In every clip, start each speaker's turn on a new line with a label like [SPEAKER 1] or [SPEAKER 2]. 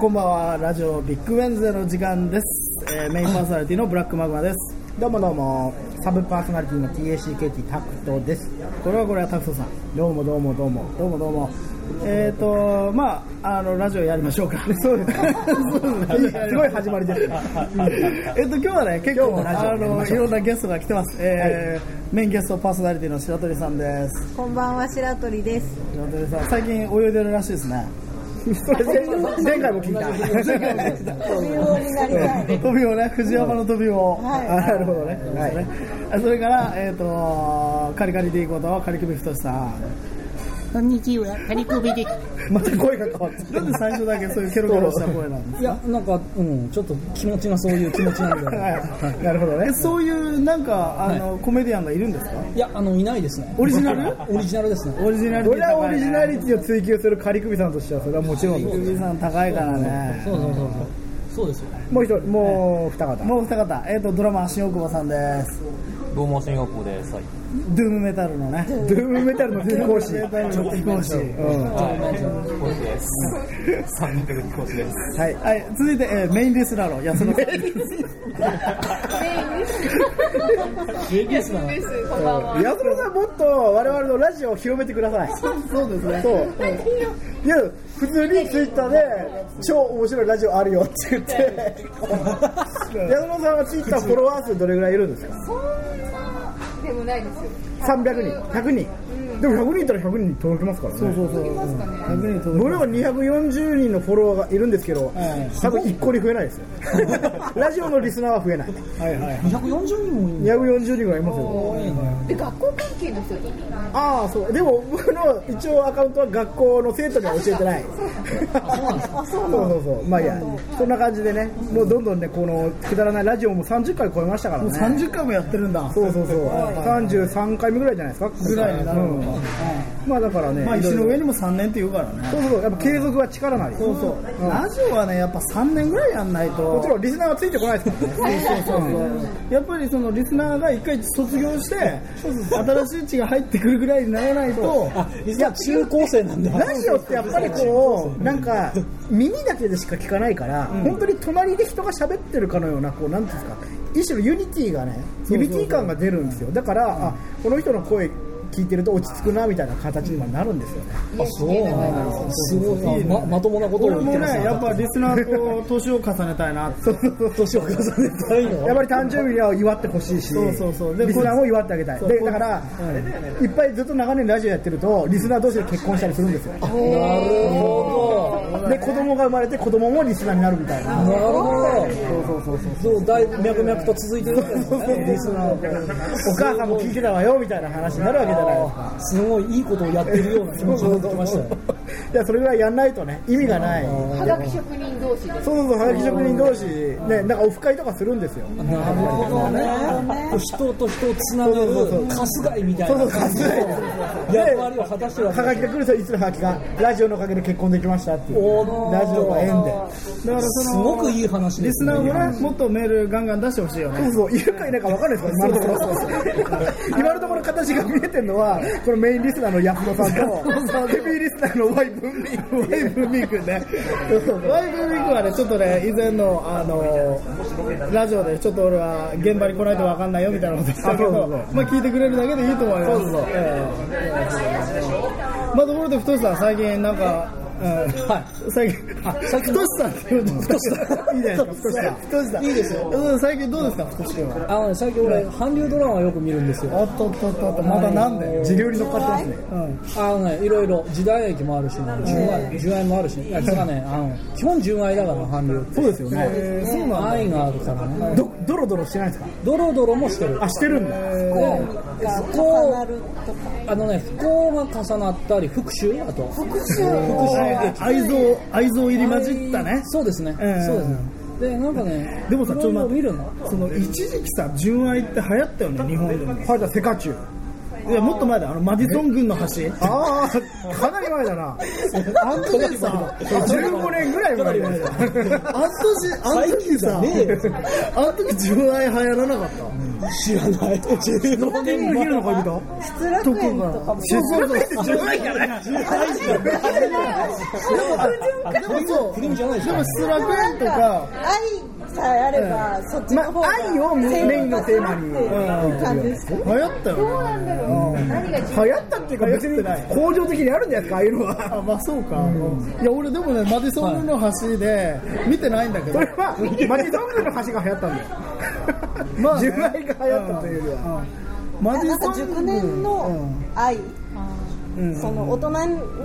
[SPEAKER 1] こんばんはラジオビッグウェンズデーの時間です、えーメインパーソナリティのブラックマグマです
[SPEAKER 2] どうもどうも、サブパーソナリティの TACKT タクトです。
[SPEAKER 1] これはこれはタクトさん
[SPEAKER 2] どうもどうもどうも。
[SPEAKER 1] どうもどうもえっ、とまああのラジオやりまし ょうかそうですね
[SPEAKER 2] すごい始まりですね
[SPEAKER 1] えっと今日はね結構
[SPEAKER 2] 今日もラジオ
[SPEAKER 1] あ
[SPEAKER 2] やり
[SPEAKER 1] の
[SPEAKER 2] ま
[SPEAKER 1] い
[SPEAKER 2] しょう
[SPEAKER 1] ろんなゲストが来てます、えーメインゲストパーソナリティの白鳥さんです
[SPEAKER 3] こんばんは、白鳥です。
[SPEAKER 1] 白鳥さん最近泳いでるらしいですね
[SPEAKER 2] それ前前回も聞いた。
[SPEAKER 3] 飛び魚になりたい。
[SPEAKER 1] 飛びをね藤山の飛びを、
[SPEAKER 3] はい
[SPEAKER 1] あなるほどね、
[SPEAKER 2] はい
[SPEAKER 1] それからえっ、とカリカリでいいことカリキビ太さん
[SPEAKER 4] こんにちは、カリコビです。
[SPEAKER 2] また声が変わっ
[SPEAKER 1] なんで最初だけそういうケロケロした声なんで
[SPEAKER 5] いや、なんか、うん、ちょっと気持ちがそういう気持ちなんだ
[SPEAKER 1] すか、
[SPEAKER 5] よ、
[SPEAKER 1] は
[SPEAKER 2] た。なるほど
[SPEAKER 1] い、え
[SPEAKER 2] ね。
[SPEAKER 1] そういうなんかあの、コメディアンがいるんですか
[SPEAKER 5] いや、あの、いないですね。
[SPEAKER 1] オリジナル
[SPEAKER 5] オリジナルですね。
[SPEAKER 1] オリジナリテ
[SPEAKER 2] 俺
[SPEAKER 1] ィ高
[SPEAKER 2] はい
[SPEAKER 1] ね
[SPEAKER 2] オリジナリティを追求するカリクビさんとしては、それはもちろんです。
[SPEAKER 1] リさん高いからね
[SPEAKER 5] そうそうそうそう。そうですよ。
[SPEAKER 2] もう一人、もう二方。
[SPEAKER 1] もう二方、えっとドラマー新大久保さんです
[SPEAKER 6] どうも、新学校です。はい。
[SPEAKER 1] ドゥームメタルのね
[SPEAKER 2] ドゥームメタルの
[SPEAKER 1] ドゥ
[SPEAKER 2] 飛
[SPEAKER 1] ーム
[SPEAKER 2] 行
[SPEAKER 1] メ
[SPEAKER 2] 士。
[SPEAKER 1] タルの飛行士
[SPEAKER 6] 講師です。三人目の講師です。
[SPEAKER 1] はい、はい、続いて、えーメインリスナーの安野さん
[SPEAKER 5] ゲゲスだな。
[SPEAKER 2] 安野さん、もっと我々のラジオを広めてください。そうですね。そう。いや、普通にツイッターで、超面白いラジオあるよって言って、安野さんはツイッターフォロワー数どれぐらいいるんですか
[SPEAKER 3] でもないですよ。
[SPEAKER 2] 300人、100人、でも100人いたら100人に届きますからね、
[SPEAKER 1] そうそうそう100人届
[SPEAKER 2] 僕らは240人のフォロワーがいるんですけど、多分一個に増えないです よ、ラジオのリスナーは増えない、
[SPEAKER 1] くはいはい
[SPEAKER 5] 240人もいるんだ。
[SPEAKER 2] 240人がいますよ、
[SPEAKER 5] 多いね
[SPEAKER 3] で、学校関係の人に。
[SPEAKER 2] ああ、そう、でも僕の一応アカウントは学校の生徒には教えてない、そうそうそう、まあいいや、そんな感じでね、もうどんどんね、このくだらないラジオも30回超えましたから
[SPEAKER 1] もう
[SPEAKER 2] ね。
[SPEAKER 1] 30回もやってるんだ
[SPEAKER 2] そうそうそう、33回目ぐらいじゃないですか、
[SPEAKER 1] ぐらいになるのか、
[SPEAKER 2] うんまあだから
[SPEAKER 1] う
[SPEAKER 2] ね、
[SPEAKER 1] んまあ石の上
[SPEAKER 2] そう
[SPEAKER 1] にも3年って言うからね
[SPEAKER 2] そうそう、やっぱ継続は力なり、
[SPEAKER 1] そうそう、ラジオはねやっぱ3年ぐらいやんないと
[SPEAKER 2] もちろんリスナーはついてこないですからね。
[SPEAKER 1] やっぱりそのリスナーが一回卒業して新しい血が入ってくるぐらいにならないと
[SPEAKER 5] あ、実は中高生なんだ。
[SPEAKER 2] ラジオってやっぱりこう、なんか、耳だけでしか聞かないから、本当に隣で人が喋ってるかのような、こう、なんていうんですか、一種のユニティがね、ユニティ感が出るんですよ。だから、あ、この人の声聞いてると落ち着くな、みたいな形にはなるんですよね。
[SPEAKER 5] あ、そう。すごい。ま、まともなことを
[SPEAKER 1] 俺
[SPEAKER 5] 言っ
[SPEAKER 1] も
[SPEAKER 5] て
[SPEAKER 1] ね
[SPEAKER 5] ます
[SPEAKER 1] やっぱリスナーと年を重ねたいなって
[SPEAKER 5] 年を重ねたいの
[SPEAKER 2] やっぱり誕生日は祝ってほしいし、
[SPEAKER 1] そうそうそうで
[SPEAKER 2] リスナーも祝ってあげたい。
[SPEAKER 1] う
[SPEAKER 2] で、だから、いっぱいずっと長年ラジオやってると、リスナー同士で結婚したりするんですよ。
[SPEAKER 5] なるほ
[SPEAKER 2] で、子供が生まれて子供もリスナーになるみたいな。
[SPEAKER 5] ど。なるほど。そうそうそうそう。そう、だいぶ脈々と続いてるわけですね。リスナー
[SPEAKER 2] お母さんも聞いてたわよみたいな話になるわけじゃないですか。
[SPEAKER 5] すごいいいことをやってるような気持ちになってきましたよ。
[SPEAKER 2] いや、それぐらいやんないとね、意味がない。
[SPEAKER 3] はがき職人同士で。
[SPEAKER 2] そうそうそう、はがき職人同士、ね、なんかオフ会とかするんですよ。
[SPEAKER 5] なるほどね。人と人をつながるカス貝みたい
[SPEAKER 2] そう
[SPEAKER 5] な
[SPEAKER 2] そう、かすで。
[SPEAKER 5] 役割を果たしてるわけ
[SPEAKER 2] はがきが来ると、いつのはがきが、ラジオのおかげで結婚できましたっていう。
[SPEAKER 5] おー
[SPEAKER 2] ラジオが縁で。
[SPEAKER 1] だから
[SPEAKER 5] す
[SPEAKER 1] その
[SPEAKER 5] ごくいい話で
[SPEAKER 1] リ
[SPEAKER 5] す
[SPEAKER 1] ス
[SPEAKER 5] ね
[SPEAKER 1] ナーもねもっとメールガンガン出してほしいよ
[SPEAKER 2] そ
[SPEAKER 1] ね
[SPEAKER 2] うそう、いるかいないか分かんないですから、今のところ。今のところ形が見えてるのは、このメインリスナーのヤフノさんと、ヘビーリスナーのワイブンミー
[SPEAKER 1] ワイブミー君ねワイブミー君はねちょっとね以前のあのラジオでちょっと俺は現場に来ないと分かんないよみたいなこと言ってたけ
[SPEAKER 2] あそう
[SPEAKER 1] ど
[SPEAKER 2] そうそう
[SPEAKER 1] まあ聞いてくれるだけでいいと思いますそうそうまあところで太さん最近なんか、うん
[SPEAKER 5] はい
[SPEAKER 1] 最近あ最近太さんって呼んで太さんいいじゃないですか太さん太さんいいですよ、うん、最近どうですか太さんは
[SPEAKER 5] あのね最近俺韓流ドラマをよく見るんですよ
[SPEAKER 1] おっとっとっとっとまだなんで
[SPEAKER 2] 自流に乗っかってますね。
[SPEAKER 5] あのねいろいろ時代劇もあるしね純愛純愛もあるしねいや違うねあの基本純愛だから韓流って
[SPEAKER 2] そうですよね。
[SPEAKER 5] そう愛があるからね
[SPEAKER 2] ど、ドロドロしてないんですか
[SPEAKER 5] ドロドロもしてる
[SPEAKER 2] あ、してるんだ。
[SPEAKER 5] で不幸あのね不幸が重なったり復讐あと復讐
[SPEAKER 1] 愛憎愛憎入り混じったね
[SPEAKER 5] そうですね、
[SPEAKER 1] ええ
[SPEAKER 5] そうですねでなんかね
[SPEAKER 1] でもさ
[SPEAKER 5] いろいろ
[SPEAKER 1] ちょっと待って
[SPEAKER 5] 見るの
[SPEAKER 1] その一時期さ純愛って流行ったよね日本でも
[SPEAKER 2] はい、じゃあ、セカチュウ。
[SPEAKER 1] あいやもっと前だよあのマディソン軍の橋
[SPEAKER 2] ああ、かなり前だな。あの時さ、15年ぐらい前だよ。
[SPEAKER 1] あん時、あん時さ、あん時自分愛流行らなかった。
[SPEAKER 5] 知らない。15
[SPEAKER 2] 天の昼の恋人
[SPEAKER 7] 失楽園とかも
[SPEAKER 1] そうそうそう。自分愛じゃない。でもそう、
[SPEAKER 5] でもじゃないでし
[SPEAKER 1] で
[SPEAKER 5] ょ
[SPEAKER 1] も失楽園と
[SPEAKER 7] なん
[SPEAKER 1] か、
[SPEAKER 7] 愛さえあればそっちの方が
[SPEAKER 2] まあ愛をメインのテーマに
[SPEAKER 7] に感じです
[SPEAKER 1] 流行った
[SPEAKER 3] どう
[SPEAKER 1] よね。
[SPEAKER 3] なんだろう。何が自
[SPEAKER 2] 流行ったっていうか、別に向上的にあるんじゃないですか、ああいうのは。
[SPEAKER 1] あ、まあそうか。いや、俺でもね、マディソン軍の橋で、見てないんだけ
[SPEAKER 2] そ
[SPEAKER 1] ど
[SPEAKER 2] れ。は、マジソングの橋が流行ったん だよ。
[SPEAKER 1] まあね
[SPEAKER 2] 純愛が流行ったというよりは。
[SPEAKER 1] マ
[SPEAKER 7] なんか熟年の愛、その大人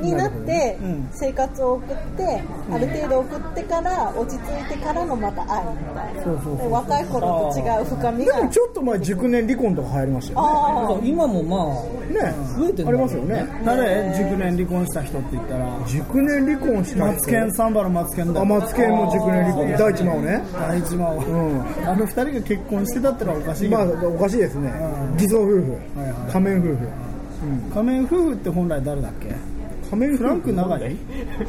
[SPEAKER 7] になって生活を送って、ある程度送ってから落ち着いてからのまた愛みたいなで若い頃と違う深み
[SPEAKER 2] で
[SPEAKER 7] が
[SPEAKER 2] もちょっと前、熟年離婚とか流行りましたよ
[SPEAKER 7] あ
[SPEAKER 5] ょ。今もま
[SPEAKER 2] ね。ね
[SPEAKER 5] あ、増えてるんだろ
[SPEAKER 2] あり
[SPEAKER 5] う
[SPEAKER 2] ますよね。
[SPEAKER 1] 誰熟年離婚した人って言ったら、
[SPEAKER 2] 熟年離婚した人。
[SPEAKER 1] マツケン、サンバのマツケンだ
[SPEAKER 2] あ、
[SPEAKER 1] よ。
[SPEAKER 2] マツケンも熟年離婚。第一魔王ね。
[SPEAKER 1] 大事ま
[SPEAKER 2] ん
[SPEAKER 1] あの二人が結婚してたってのはおかしいけ
[SPEAKER 2] まあ
[SPEAKER 1] ど、、
[SPEAKER 2] おかしいですね。偽装夫婦。仮面夫婦。
[SPEAKER 1] 仮面夫婦って本来誰だっけ
[SPEAKER 2] 仮面夫婦
[SPEAKER 1] フランク長井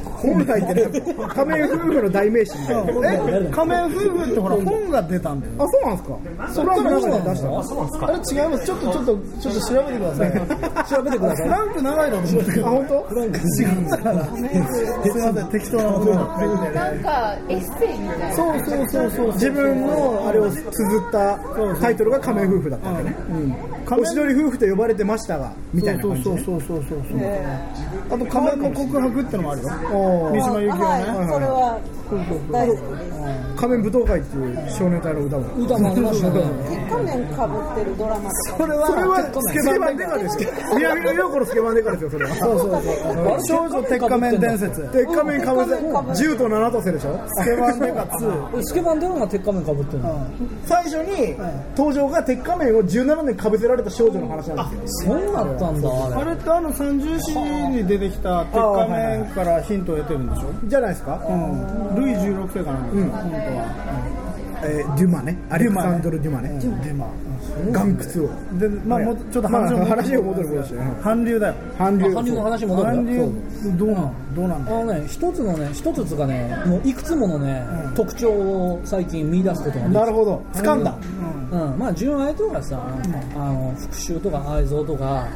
[SPEAKER 2] 本来っ てね、仮面夫婦の代名詞みたいな。
[SPEAKER 1] え仮面夫婦ってほら本が出たんだよ
[SPEAKER 2] あ、そうなんですか。それは
[SPEAKER 1] から
[SPEAKER 2] 何
[SPEAKER 1] そうな
[SPEAKER 2] が
[SPEAKER 1] ん
[SPEAKER 2] 出したの。
[SPEAKER 1] あれ違いますちょっとちょっとちょっと調べてください調べてくださいフランク長井だと思ったけど
[SPEAKER 2] あ、本当。
[SPEAKER 1] 違ったからすいません適当なこと
[SPEAKER 3] 分なんかエッセイみたいな。
[SPEAKER 2] そうそうそうそう。自分のあれを綴ったタイトルが仮面夫婦だったわけね。おしどり夫婦と呼ばれてましたがみたいな
[SPEAKER 1] そ
[SPEAKER 2] 感
[SPEAKER 1] う
[SPEAKER 2] じ。
[SPEAKER 1] そうそうそうそうそうあと仮面の告白ってのもあるよ
[SPEAKER 2] お
[SPEAKER 1] 三
[SPEAKER 7] あ、
[SPEAKER 1] 島由紀夫
[SPEAKER 7] はい、
[SPEAKER 1] ね
[SPEAKER 7] それは大好きです
[SPEAKER 2] 仮面舞踏会っていう少年隊の歌も。
[SPEAKER 5] 歌もありましたね。
[SPEAKER 7] 結果面かぶってるドラマとか
[SPEAKER 2] それは、それは、スケバンデカですよ。南野陽子のスケバンデカですよ、それは。そうそう
[SPEAKER 1] 少女鉄仮面伝説
[SPEAKER 2] 鉄仮面かぶせ、
[SPEAKER 7] 鉄仮面かぶせ
[SPEAKER 2] 10と7とせでしょスケバンデカ2。
[SPEAKER 5] スケバンドラマが鉄仮面かぶってるの。
[SPEAKER 2] 最初に、登場が鉄仮面を17年かぶせられた少女の話なんですよ。
[SPEAKER 5] そうだったんだ、あ
[SPEAKER 1] あ
[SPEAKER 5] れ。
[SPEAKER 1] れってあの三重詩に出てきた鉄仮面からヒントを得てるんでしょ
[SPEAKER 2] じゃないですか、
[SPEAKER 1] ルイ16世かなんか本当は
[SPEAKER 2] えーデュマね。アレクサンドル・デュマね。デュマ。岩窟を。
[SPEAKER 1] で、まあ、もうちょっと話を、
[SPEAKER 2] まあ話を戻ることですよね
[SPEAKER 1] 韓流だよ。
[SPEAKER 2] 韓流。
[SPEAKER 5] 韓流の話戻る
[SPEAKER 1] 韓
[SPEAKER 5] んだ。
[SPEAKER 1] 流、どうなん、どうなん
[SPEAKER 5] あ
[SPEAKER 1] だ。
[SPEAKER 5] のね、一つのね、一つがね、もういくつものね、特徴を最近見出すことができた
[SPEAKER 2] なるほど。掴んだ。
[SPEAKER 5] うん、まあ純愛とかさ、あの復讐とか愛憎とか、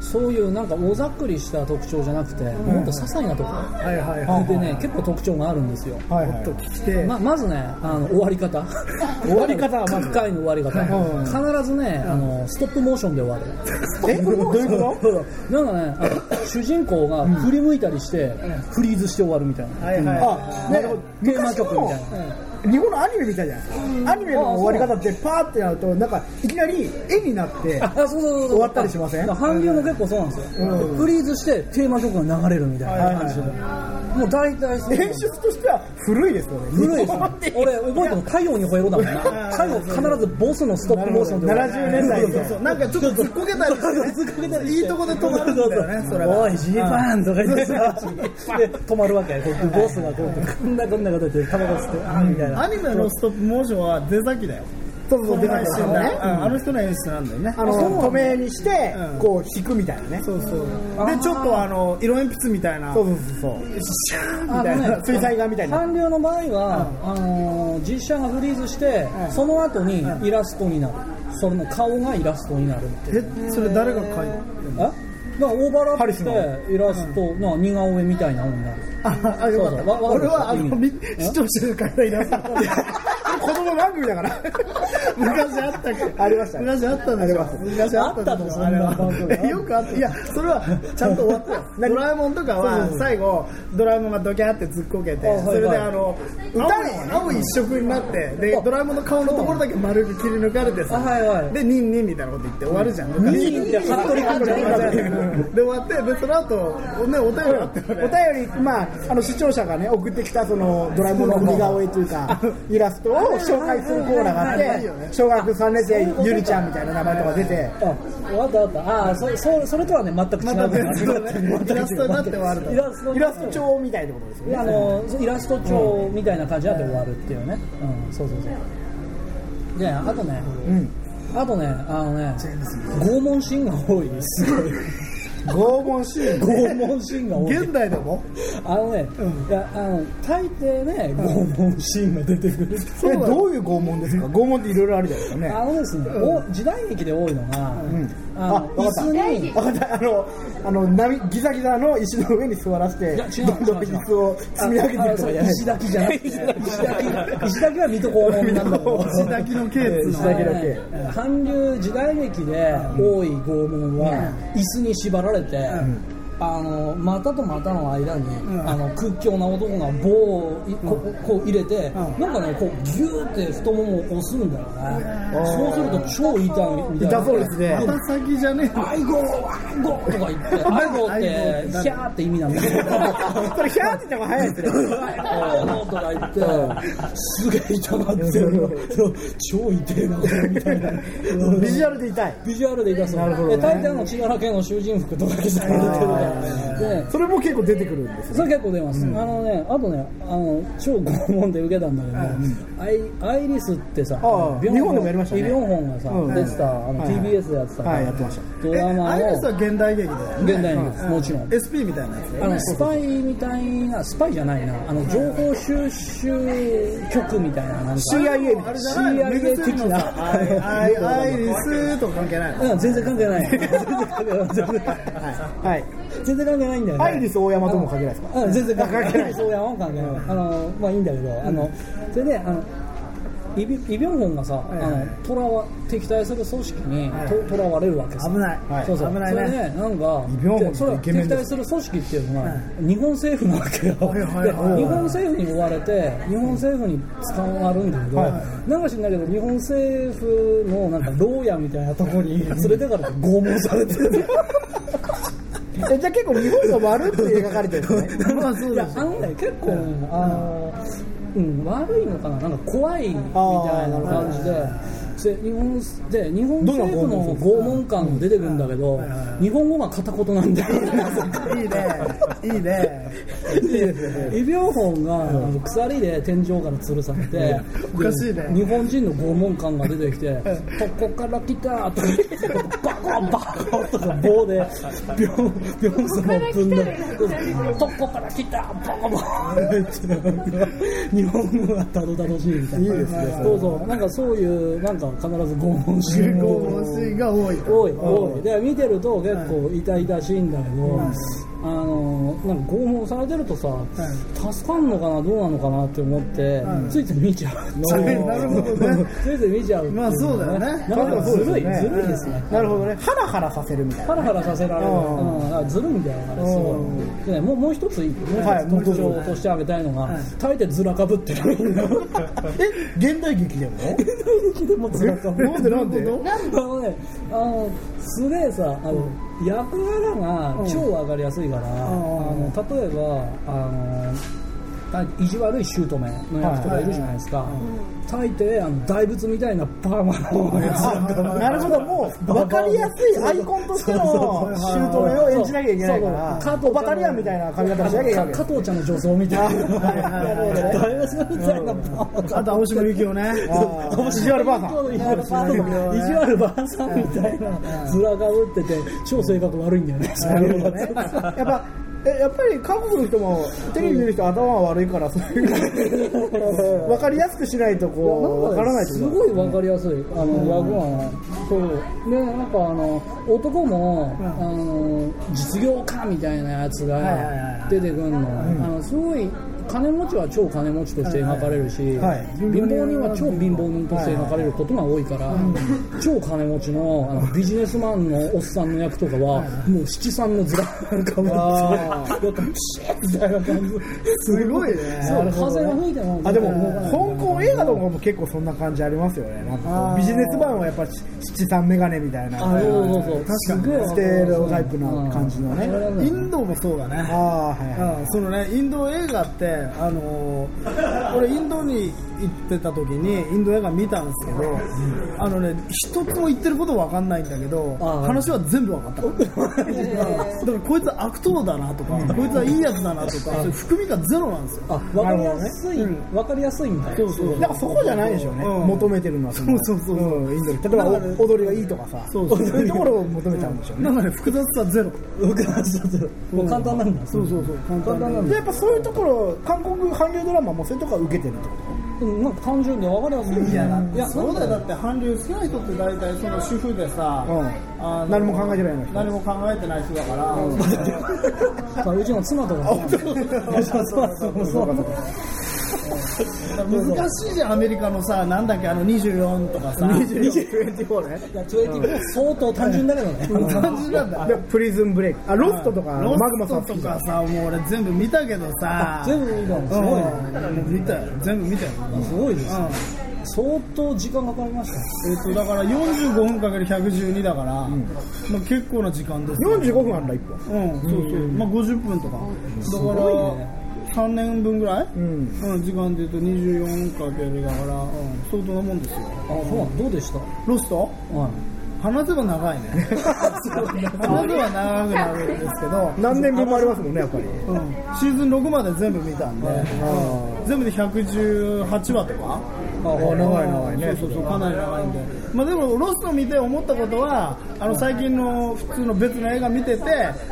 [SPEAKER 5] そういうなんか大ざっくりした特徴じゃなくて、もっと些細なところ、
[SPEAKER 2] はいはいはい。
[SPEAKER 5] でね、結構特徴があるんですよ、
[SPEAKER 2] はいはい。ちょっと聞きて。
[SPEAKER 5] ままずねあの終わり方
[SPEAKER 2] 終わり方はまず
[SPEAKER 5] 各 回の終わり方、必ずねあのストップモーションで終わる
[SPEAKER 2] え、どういうこ
[SPEAKER 5] なんかねあの主人公が振り向いたりして、フリーズして終わるみたいな、
[SPEAKER 1] はいはい。
[SPEAKER 2] とあ、ね、
[SPEAKER 5] テーマ曲みたいな、
[SPEAKER 2] 日本のアニメみたいじゃないですか、アニメの終わり方ってパーってやるとなんかいきなり絵になって
[SPEAKER 5] あそうそうそうそう
[SPEAKER 2] 終わったりしません
[SPEAKER 5] だから韓流も結構そうなんですよ、フリーズしてテーマ曲が流れるみたいな感じで、もう大体そう
[SPEAKER 2] 演出としては古いですよね
[SPEAKER 5] 古いで
[SPEAKER 2] 日
[SPEAKER 5] す
[SPEAKER 2] 本で
[SPEAKER 5] ね俺覚えても「太陽に吠えろ」だもんな太陽必ずボスのストップモーションで
[SPEAKER 2] 70年代
[SPEAKER 1] そうそう、なんかちょっと突っこけたりしてね、いいとこで止まるんだよね、それ
[SPEAKER 5] お
[SPEAKER 1] は。
[SPEAKER 5] いジーパンとか言ってさで止まるわけこうボスがこうこんなこんなこと言ってタバコ吸ってあーみたいな
[SPEAKER 1] アニメのストップモーションは出先だよ。
[SPEAKER 2] そうそう出
[SPEAKER 1] あ
[SPEAKER 2] な
[SPEAKER 1] の
[SPEAKER 2] いです
[SPEAKER 1] 人
[SPEAKER 2] よ
[SPEAKER 1] ね
[SPEAKER 2] ね
[SPEAKER 1] うんあの人の演出なんだよね。
[SPEAKER 2] あの透明にして
[SPEAKER 1] うん
[SPEAKER 2] こう引くみたいなね
[SPEAKER 1] そうそう。で、ちょっとあの、色鉛筆みたいな
[SPEAKER 2] そ。うそう そうそう
[SPEAKER 5] あの
[SPEAKER 2] みたいな
[SPEAKER 5] ね
[SPEAKER 2] 水彩画みたいな
[SPEAKER 5] 韓流の場合は、あのー実写がフリーズして、その後にイラストになる、それの顔がイラストになるっていう
[SPEAKER 1] え、それ誰が描いて
[SPEAKER 5] えだからオーバーラップし
[SPEAKER 2] ハ
[SPEAKER 5] てイラストの似顔絵みたいなのになる、
[SPEAKER 1] あ、あ、よかっ
[SPEAKER 5] そう
[SPEAKER 1] た。
[SPEAKER 5] そうわ
[SPEAKER 1] 俺は、
[SPEAKER 5] わか
[SPEAKER 1] あ
[SPEAKER 5] る
[SPEAKER 1] の、
[SPEAKER 5] で
[SPEAKER 1] み
[SPEAKER 5] し
[SPEAKER 1] 視
[SPEAKER 5] ょ
[SPEAKER 1] 聴者が描いたイラスト。
[SPEAKER 2] 子供番組だから
[SPEAKER 1] 昔あったけど
[SPEAKER 2] ありましたね
[SPEAKER 1] 昔あったんですよ昔あったんですよ
[SPEAKER 5] あ
[SPEAKER 1] あ
[SPEAKER 5] っ
[SPEAKER 1] れ
[SPEAKER 5] たのそんな番
[SPEAKER 1] は よくあったいやそれはちゃんと終わった よドラえもんとかは最後ドラえもんがドキャーって突っこけ
[SPEAKER 5] あはい
[SPEAKER 1] て
[SPEAKER 5] はい
[SPEAKER 1] それであの歌青い一色になってでドラえもんの顔のところだけ丸く切り抜かれて
[SPEAKER 5] あはいは
[SPEAKER 1] さ
[SPEAKER 5] い
[SPEAKER 1] でニンニンみたいなこと言って終わるじゃん
[SPEAKER 5] ニンニンって服部君じゃない
[SPEAKER 1] で終わってでその後ねお便り あったよね
[SPEAKER 2] お便り、まあ、あの視聴者がね送ってきたそのドラえもんの似顔絵というかイラストを紹介するコーナーがあって小学3年生ゆりちゃんみたいな名前とか出て
[SPEAKER 5] あ、わかったわかった。あー、そ、そ、それとはね、全く違
[SPEAKER 1] ま
[SPEAKER 5] う。
[SPEAKER 1] た別のね
[SPEAKER 5] 全く違う
[SPEAKER 1] イラストになって終わると
[SPEAKER 5] イラストに
[SPEAKER 2] イ
[SPEAKER 5] な
[SPEAKER 2] ラ
[SPEAKER 5] っ
[SPEAKER 2] ス
[SPEAKER 5] て
[SPEAKER 2] ト帳みたいなことですよね
[SPEAKER 5] あの、イラスト帳みたいな感じになって終わるっていうね。うん、そうそうそう。で、あとね、あとね、あのね、拷問シーンが多い、 すごい。
[SPEAKER 2] 拷問シーン
[SPEAKER 5] 拷問シーンが多い。
[SPEAKER 2] 現代でも
[SPEAKER 5] あのね、いやあの大抵ね、拷問シーンが出てくる。
[SPEAKER 2] それどういう拷問ですか拷問っていろいろあるじゃないですかね
[SPEAKER 5] あのですね、お時代劇で多いのが、あ
[SPEAKER 2] あ
[SPEAKER 5] の
[SPEAKER 2] 分
[SPEAKER 5] 椅
[SPEAKER 2] かった
[SPEAKER 5] 子に
[SPEAKER 2] 分かったあのあの波ギザギザの石の上に座らせて
[SPEAKER 5] いや違う
[SPEAKER 2] どんどん
[SPEAKER 5] 違う違う
[SPEAKER 2] 椅子を積み上げてるとかやらない
[SPEAKER 5] 石だけじゃなくて、石だけは水戸黄門なんだけど、
[SPEAKER 2] 石滝のケース
[SPEAKER 5] あのね韓流時代劇で多い拷問は椅子に縛られて、あの股と股の間に、あの屈強な男が棒をいこここう入れて、なんかねこうギューって太ももを押すんだよね、そうすると超痛いみたいな
[SPEAKER 2] 痛そうですね
[SPEAKER 1] 肩先じゃねえ
[SPEAKER 5] アイゴーアイゴーとか言ってアイゴーってヒャーって意味なんだけど
[SPEAKER 2] それヒャーって言っても早いですね
[SPEAKER 5] とか言って、すげえ痛がってるよ、超痛えな、これみたいな、
[SPEAKER 2] ビジュアルで痛い
[SPEAKER 5] ビジュアルで痛そう、
[SPEAKER 2] ほどね
[SPEAKER 5] え大抵あの千原家の囚人服とか着されてるから、で
[SPEAKER 2] それも結構出てくるんですよ
[SPEAKER 5] それ結構出ます、あのね、あとね、あの超拷問で受けたんだけど、アイアイリスってさ、
[SPEAKER 2] ああ
[SPEAKER 5] ビョンホン
[SPEAKER 2] 日本でもやりましたね
[SPEAKER 5] イ・ビョンホンがさ、
[SPEAKER 2] うん
[SPEAKER 5] 出てた、あの
[SPEAKER 2] はいはい
[SPEAKER 5] TBS でやってた、
[SPEAKER 2] はいやってました
[SPEAKER 5] ド
[SPEAKER 1] え
[SPEAKER 5] ラマ
[SPEAKER 1] アイ
[SPEAKER 5] の
[SPEAKER 1] リスは現代劇だよね
[SPEAKER 5] 現代劇です、もちろん。
[SPEAKER 1] SP みたいなやつだよ
[SPEAKER 5] あのスパイみたいな、スパイじゃないな、あの情報収集局みたいな、なんか、
[SPEAKER 2] CIA みたい
[SPEAKER 1] あれじゃないの
[SPEAKER 5] CIA 的
[SPEAKER 1] のさ
[SPEAKER 5] な、
[SPEAKER 1] アイアイリスとか関係ないの
[SPEAKER 5] うん、全然関係ない、全然関係ない、全然関係ない
[SPEAKER 2] なはい
[SPEAKER 5] 全然関係ないんだよね。
[SPEAKER 2] アイリス大山とも限らないですか
[SPEAKER 5] うん、全然関
[SPEAKER 2] 関
[SPEAKER 5] 係
[SPEAKER 2] 係
[SPEAKER 5] な。
[SPEAKER 2] ないい
[SPEAKER 5] そうやもん関係ない。あの、まあいいんだけど、あの、それで、あの、イビイビョンホンがさ、あの、囚わ、敵対する組織にと囚われるわけさ。
[SPEAKER 1] 危ない、
[SPEAKER 2] はい
[SPEAKER 5] そうそう。
[SPEAKER 1] 危ない
[SPEAKER 5] それ
[SPEAKER 1] ね
[SPEAKER 5] で、なんか
[SPEAKER 2] イビョンホンっ、て
[SPEAKER 5] それ
[SPEAKER 2] イケメン
[SPEAKER 5] 敵
[SPEAKER 2] です
[SPEAKER 5] 対する組織っていうのは、日本政府なわけよ。
[SPEAKER 1] いはいはい
[SPEAKER 5] で日本政府に追われて、日本政府に捕まるんだけど、なんか知んないけど、日本政府のなんか牢屋みたいなとこに連れてから拷問されてる。
[SPEAKER 2] らえじゃあ結構日本が悪いって 描かれてるんですね
[SPEAKER 1] まあそう
[SPEAKER 5] い
[SPEAKER 1] で
[SPEAKER 5] や
[SPEAKER 1] し
[SPEAKER 5] あのね結構、あのうん悪いのかななんか怖いみたいな感じで。で日本で日本政府の拷問官も出てくるんだけど、日本語が片言なんだよ。
[SPEAKER 1] ょいいねいいね
[SPEAKER 5] で、イ・ビョンホンがあの鎖で天井から吊るされて、
[SPEAKER 1] おかしいね
[SPEAKER 5] 日本人の拷問官が出てきて、ここから来たとか言って、バコンバコンとか 棒で、ビョン、ビョンさんをぶんで、ここから来た、バコバコって、日本語がたどたどしいみたいな。いいですね。そうそう、なんかそういう、なんか必ず拷問し
[SPEAKER 1] 結
[SPEAKER 5] る。
[SPEAKER 1] 構欲しいが多い
[SPEAKER 5] 多い多いで見てると結構痛々しいんだけど、あのなんか拷問されてるとさ、助かんのかなどうなのかなって思って、ついつい見ちゃう
[SPEAKER 1] なるほどね
[SPEAKER 5] ついつい見ちゃうっていう
[SPEAKER 1] まあそうだよね
[SPEAKER 5] なんかずるい、ずるいですね
[SPEAKER 2] なるほどねハラハラさせるみたいな
[SPEAKER 5] ハラハラさせられる、うんあずるいんだよあれすごいでねもうもう一つもう
[SPEAKER 2] はいもう
[SPEAKER 5] 一
[SPEAKER 2] 一
[SPEAKER 5] つ
[SPEAKER 2] つ
[SPEAKER 5] 特徴として挙げたいのが、大抵ずらかぶってる
[SPEAKER 2] え現代劇でも
[SPEAKER 5] でもずらかぶってる
[SPEAKER 2] なんでなん
[SPEAKER 5] あ
[SPEAKER 2] で
[SPEAKER 5] のね、あのすげえさ、あの、役柄が超わかりやすいから、あの例えば、あの。あ意地悪い姑の役とかいるじゃないですか。大抵、あの大仏みたいなパーマのやつなんか
[SPEAKER 2] なるほど、もう分かりやすいアイコンとしての姑を演じなきゃいけないから、
[SPEAKER 5] そうそう
[SPEAKER 2] オバタリアンみたいな髪型しなきゃいけないわけ
[SPEAKER 5] 加藤ちゃんの女装みたいな。大仏みたいなパーマ
[SPEAKER 1] あと青島由紀夫ね
[SPEAKER 2] あービジュアルバーさん。
[SPEAKER 5] 意地悪ばあさんみたいなずらがぶってて超性格悪いんだよね。
[SPEAKER 2] なるほどね。やっぱ、えやっぱり韓国の人もテレビ見る人頭悪いから、そういう、分かりやすくしないとこう、分からないって
[SPEAKER 5] す
[SPEAKER 2] こと
[SPEAKER 5] ごいわかりやすい、あの、ワグワンは。そう。で、なんかあの、男も、あの、実業家みたいなやつが出てくるの。あの、すごい、金持ちは超金持ちとして描かれるし、貧
[SPEAKER 2] はい
[SPEAKER 5] 乏人は超貧乏人として描かれることが多いから、超金持ちのあのビジネスマンのおっさんの役とかは、もう七三のずらなんかも
[SPEAKER 2] あ
[SPEAKER 5] なんかピシッみたいな感じ。
[SPEAKER 1] すごいね
[SPEAKER 5] そう、風が吹いても。
[SPEAKER 2] あでも、香港映画とかも結構そんな感じありますよね。なんかこうビジネス版はやっぱ七三メガネみたいな、
[SPEAKER 5] あそうそうそう
[SPEAKER 2] 確
[SPEAKER 5] すげ
[SPEAKER 2] か
[SPEAKER 5] え
[SPEAKER 2] にステレオタイプな感じのね。
[SPEAKER 1] インドもそうだね
[SPEAKER 2] ああ、はいはい。
[SPEAKER 1] うんそのね、インド映画って、あのー俺インドに行ってた時にインド映画見たんですけど、あのね一つも言ってることわかんないんだけど
[SPEAKER 5] ああ
[SPEAKER 1] 話は全部わか っただからこいつは悪党だなとかこいつはいいやつだなとかそういう含みがゼロなんですよ
[SPEAKER 5] あ、わかりやすい、わかりやすいんだ。
[SPEAKER 1] そうそうそう
[SPEAKER 2] なんかそこじゃないでしょうね、
[SPEAKER 1] うん
[SPEAKER 2] 求めてるのはその
[SPEAKER 1] そうそうそう
[SPEAKER 2] うんインドに例えば
[SPEAKER 1] だからね
[SPEAKER 2] お踊りがいいとかさ
[SPEAKER 1] そうそう
[SPEAKER 2] いうところを求めちゃうんでしょうね、
[SPEAKER 1] なんかね複雑さゼロ
[SPEAKER 5] 僕はちょっともう簡単なんだ
[SPEAKER 1] そうそうそう簡単な
[SPEAKER 2] でやっぱそういうところ韓国韓流ドラマもそういうところは受けてるってこ
[SPEAKER 5] うんなんか単純で分かりやすいねいや
[SPEAKER 1] そうだよだって韓流好きな人って大体その主婦でさ、
[SPEAKER 2] うん
[SPEAKER 1] あの
[SPEAKER 2] 何も考えてないような人
[SPEAKER 1] 何も考えてない人だから、
[SPEAKER 5] まあうちの妻とかもうちの妻とかもそうなんだ
[SPEAKER 1] 難しいじゃんアメリカのさなんだっけあの24とかさ
[SPEAKER 2] とね
[SPEAKER 5] いや24相当単純だけどね
[SPEAKER 1] 感じなんだ
[SPEAKER 2] でプリズンブレイクあロストとか
[SPEAKER 1] ロ
[SPEAKER 2] マグマ
[SPEAKER 1] ス
[SPEAKER 2] さ
[SPEAKER 1] ト
[SPEAKER 2] ん好
[SPEAKER 1] と
[SPEAKER 2] きじゃん
[SPEAKER 1] かさもう俺全部見たけどさ
[SPEAKER 5] 全部見たのすごいね
[SPEAKER 1] うんもう見たよ全部見たよ、
[SPEAKER 5] すごいですね相当時間かかりましたね
[SPEAKER 1] えっとだから45分かける112だから、まあ、結構な時間ですよ
[SPEAKER 2] 45分あんだ1本
[SPEAKER 1] うんそうそう、まあ、50分とか、だから、3年分ぐらい、うん時間でいうと24かけるだから、うん相当なもんですよ
[SPEAKER 5] あそうなんどうでした
[SPEAKER 1] ロスト
[SPEAKER 5] はい
[SPEAKER 1] 話せば長いね 話せば長くなるんですけど、
[SPEAKER 2] 何年分もありますもんねやっぱり
[SPEAKER 1] うんシーズン6まで全部見たんで、うん全部で118話とか
[SPEAKER 5] あほら
[SPEAKER 2] 長い長いね
[SPEAKER 1] そうそうそうかなり長いんで、まあ、でもロスト見て思ったことはあの最近の普通の別の映画見てて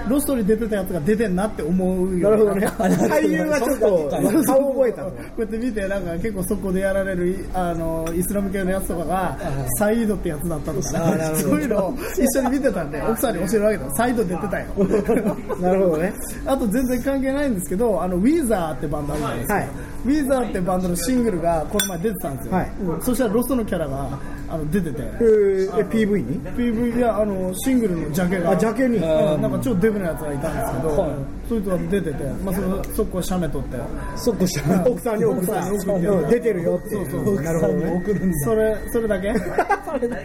[SPEAKER 1] ロストに出てたやつが出てんなって思うよ
[SPEAKER 2] なるほどね
[SPEAKER 5] なるほど
[SPEAKER 2] 俳優はちょっと 顔覚えたの
[SPEAKER 1] こうやって見てなんか結構そこでやられるあのイスラム系のやつとかがサイードってやつだったとかねそういうのを一緒に見てたんで奥さんに教えるわけだサイード出てたよ
[SPEAKER 2] なるほどね
[SPEAKER 1] あと全然関係ないんですけどあのウィーザーってバンドあるじゃないですか、
[SPEAKER 2] はい
[SPEAKER 1] ウィーザーってバンドのシングルがこの前出てたんですよ、
[SPEAKER 2] はい
[SPEAKER 1] うんそしたらロストのキャラがあの出てて
[SPEAKER 2] えーえ PV に
[SPEAKER 1] PV やあのシングルのジャケが
[SPEAKER 2] あジャケに
[SPEAKER 1] うんなんか超デブなやつがいたんですけど、
[SPEAKER 5] はい
[SPEAKER 1] そういう人が出てて、まあ、そのそこは写メ撮って
[SPEAKER 5] そっこしたら
[SPEAKER 2] 奥さんに送ったうん出てるよって
[SPEAKER 5] 奥さんに送るんだ
[SPEAKER 1] それそれだけ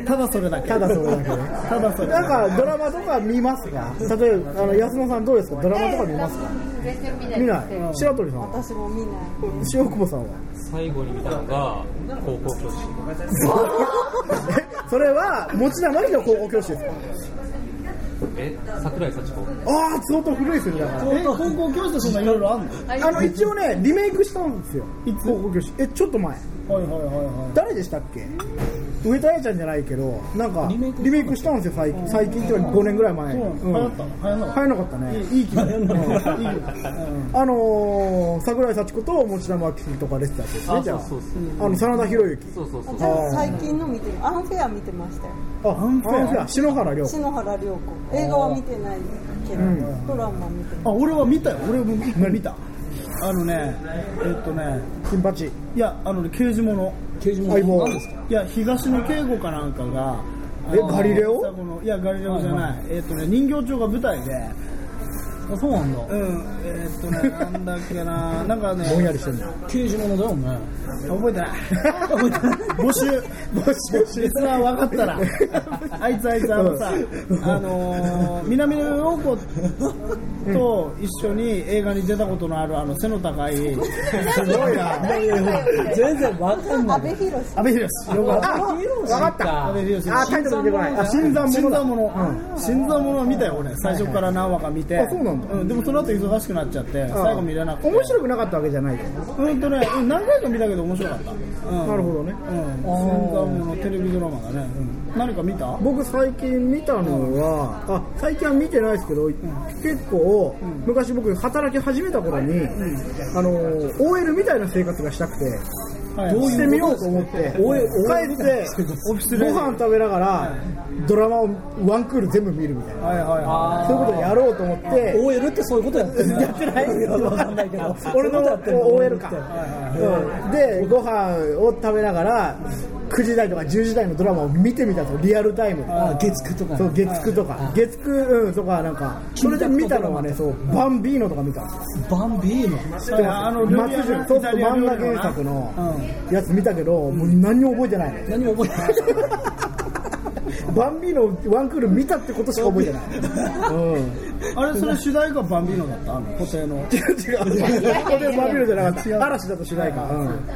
[SPEAKER 1] ただそれだけ
[SPEAKER 2] ただそれだけね
[SPEAKER 1] ただそれだけ
[SPEAKER 2] なんかドラマとか見ますか例えばあの安野さんどうですかドラマとか見ますか
[SPEAKER 3] 全然見ないです
[SPEAKER 2] 見ない白鳥さんは
[SPEAKER 7] 私も見ない
[SPEAKER 2] 塩久保さんは
[SPEAKER 6] 最後に見たのが高校教師
[SPEAKER 2] それは持田真理の高校教師ですか
[SPEAKER 6] え桜井幸子
[SPEAKER 2] ああ相当古いですねだから
[SPEAKER 1] え高校教師とそんないろいろあんのはい
[SPEAKER 2] あの一応ねリメイクしたんですよ高校教師えちょっと前
[SPEAKER 1] はいはいは
[SPEAKER 2] 誰でしたっけ上田彩ちゃんじゃないけどなんか
[SPEAKER 5] リメイク
[SPEAKER 2] リメイクしたんですよ最近最近っていうか5年ぐらい前
[SPEAKER 1] いそう
[SPEAKER 2] うん
[SPEAKER 1] なの流行ったの流行んなかった
[SPEAKER 2] 早なかったねいい気分
[SPEAKER 1] いい ようん
[SPEAKER 2] あのー、桜井幸子と持田真希とか出てたんですね
[SPEAKER 6] あ
[SPEAKER 2] じゃあ
[SPEAKER 6] そうそう
[SPEAKER 2] あの真田広之
[SPEAKER 6] そうそうそう
[SPEAKER 7] じゃあ最近の見てるアンフェア見てましたよ
[SPEAKER 2] あ、本当だ。篠原涼子。
[SPEAKER 7] 篠原涼子映画は見てないけど、ドラマ見てる
[SPEAKER 1] あ俺は見たよ俺も一個見たあのねえっとね
[SPEAKER 2] 金八。
[SPEAKER 1] いやあのね刑事物
[SPEAKER 5] 刑事
[SPEAKER 2] 相棒
[SPEAKER 5] も何ですか
[SPEAKER 1] いや東野圭吾かなんかが
[SPEAKER 2] え
[SPEAKER 1] あの
[SPEAKER 2] ガリレオ
[SPEAKER 1] 双子のいやガリレオじゃない、えっとね人形町が舞台で
[SPEAKER 5] あそうなんだ
[SPEAKER 1] うんえっとねなんだっけななんかね
[SPEAKER 2] ぼんやりしてんだ。
[SPEAKER 5] 刑事ものだよね
[SPEAKER 1] 覚えてない 募集募集リスナー分かった らあいつあいつあのさあのー、南野陽子と一緒に映画に出たことのあるあの背の高いすごいな
[SPEAKER 5] 全然わかんな
[SPEAKER 7] 阿
[SPEAKER 5] い
[SPEAKER 7] 部寛
[SPEAKER 1] 阿部寛よかった
[SPEAKER 2] わかった。
[SPEAKER 1] 阿部寛
[SPEAKER 2] あ、タイトル出てこない。あ、新
[SPEAKER 1] 新
[SPEAKER 2] 参
[SPEAKER 1] 参
[SPEAKER 2] 者だ。
[SPEAKER 1] 者新参者は見たよ俺最初から何話か見て
[SPEAKER 2] あそうなんだ
[SPEAKER 1] でもその後忙しくなっちゃって最後見れなくて
[SPEAKER 2] 面白くなかったわけじゃないけど。
[SPEAKER 1] うんとねうん何回か見たけど面白かったうん
[SPEAKER 2] なるほどね。
[SPEAKER 1] うん、新参者テレビドラマだね、うん、何か見た
[SPEAKER 2] 僕最近見たのは、あ、最近は見てないですけど、結構、昔僕働き始めた頃に、あのー、OL みたいな生活がしたくて、
[SPEAKER 1] はい
[SPEAKER 2] どうしてみようと思って、帰って、ご飯食べながら、ドラマをワンクール全部見るみたいな。
[SPEAKER 1] はいはいは
[SPEAKER 2] そういうことをやろうと思って、
[SPEAKER 5] OL ってそういうことやってるやってないよわかんないけど
[SPEAKER 2] 俺の
[SPEAKER 5] そういうことやってんの
[SPEAKER 2] OL か、うん、でご飯を食べながら9時台とか10時台のドラマを見てみたとリアルタイムで
[SPEAKER 5] あ月9とかね
[SPEAKER 2] そう月9とか月9、うん、とかなんかそれで見たのはねそうバンビーノとか見たんですよ
[SPEAKER 5] バンビーノ
[SPEAKER 1] いはいあの
[SPEAKER 2] 松潤そうそう漫画原作のやつ見たけどもう何も覚えてない
[SPEAKER 5] 何も覚えてない
[SPEAKER 2] バンビーノワンクール見たってことしか覚えてない、うん、
[SPEAKER 1] あれそれ主題歌バンビーノだったあの固定の
[SPEAKER 2] 違う違うこれバビロじゃなかった嵐だと主題歌うん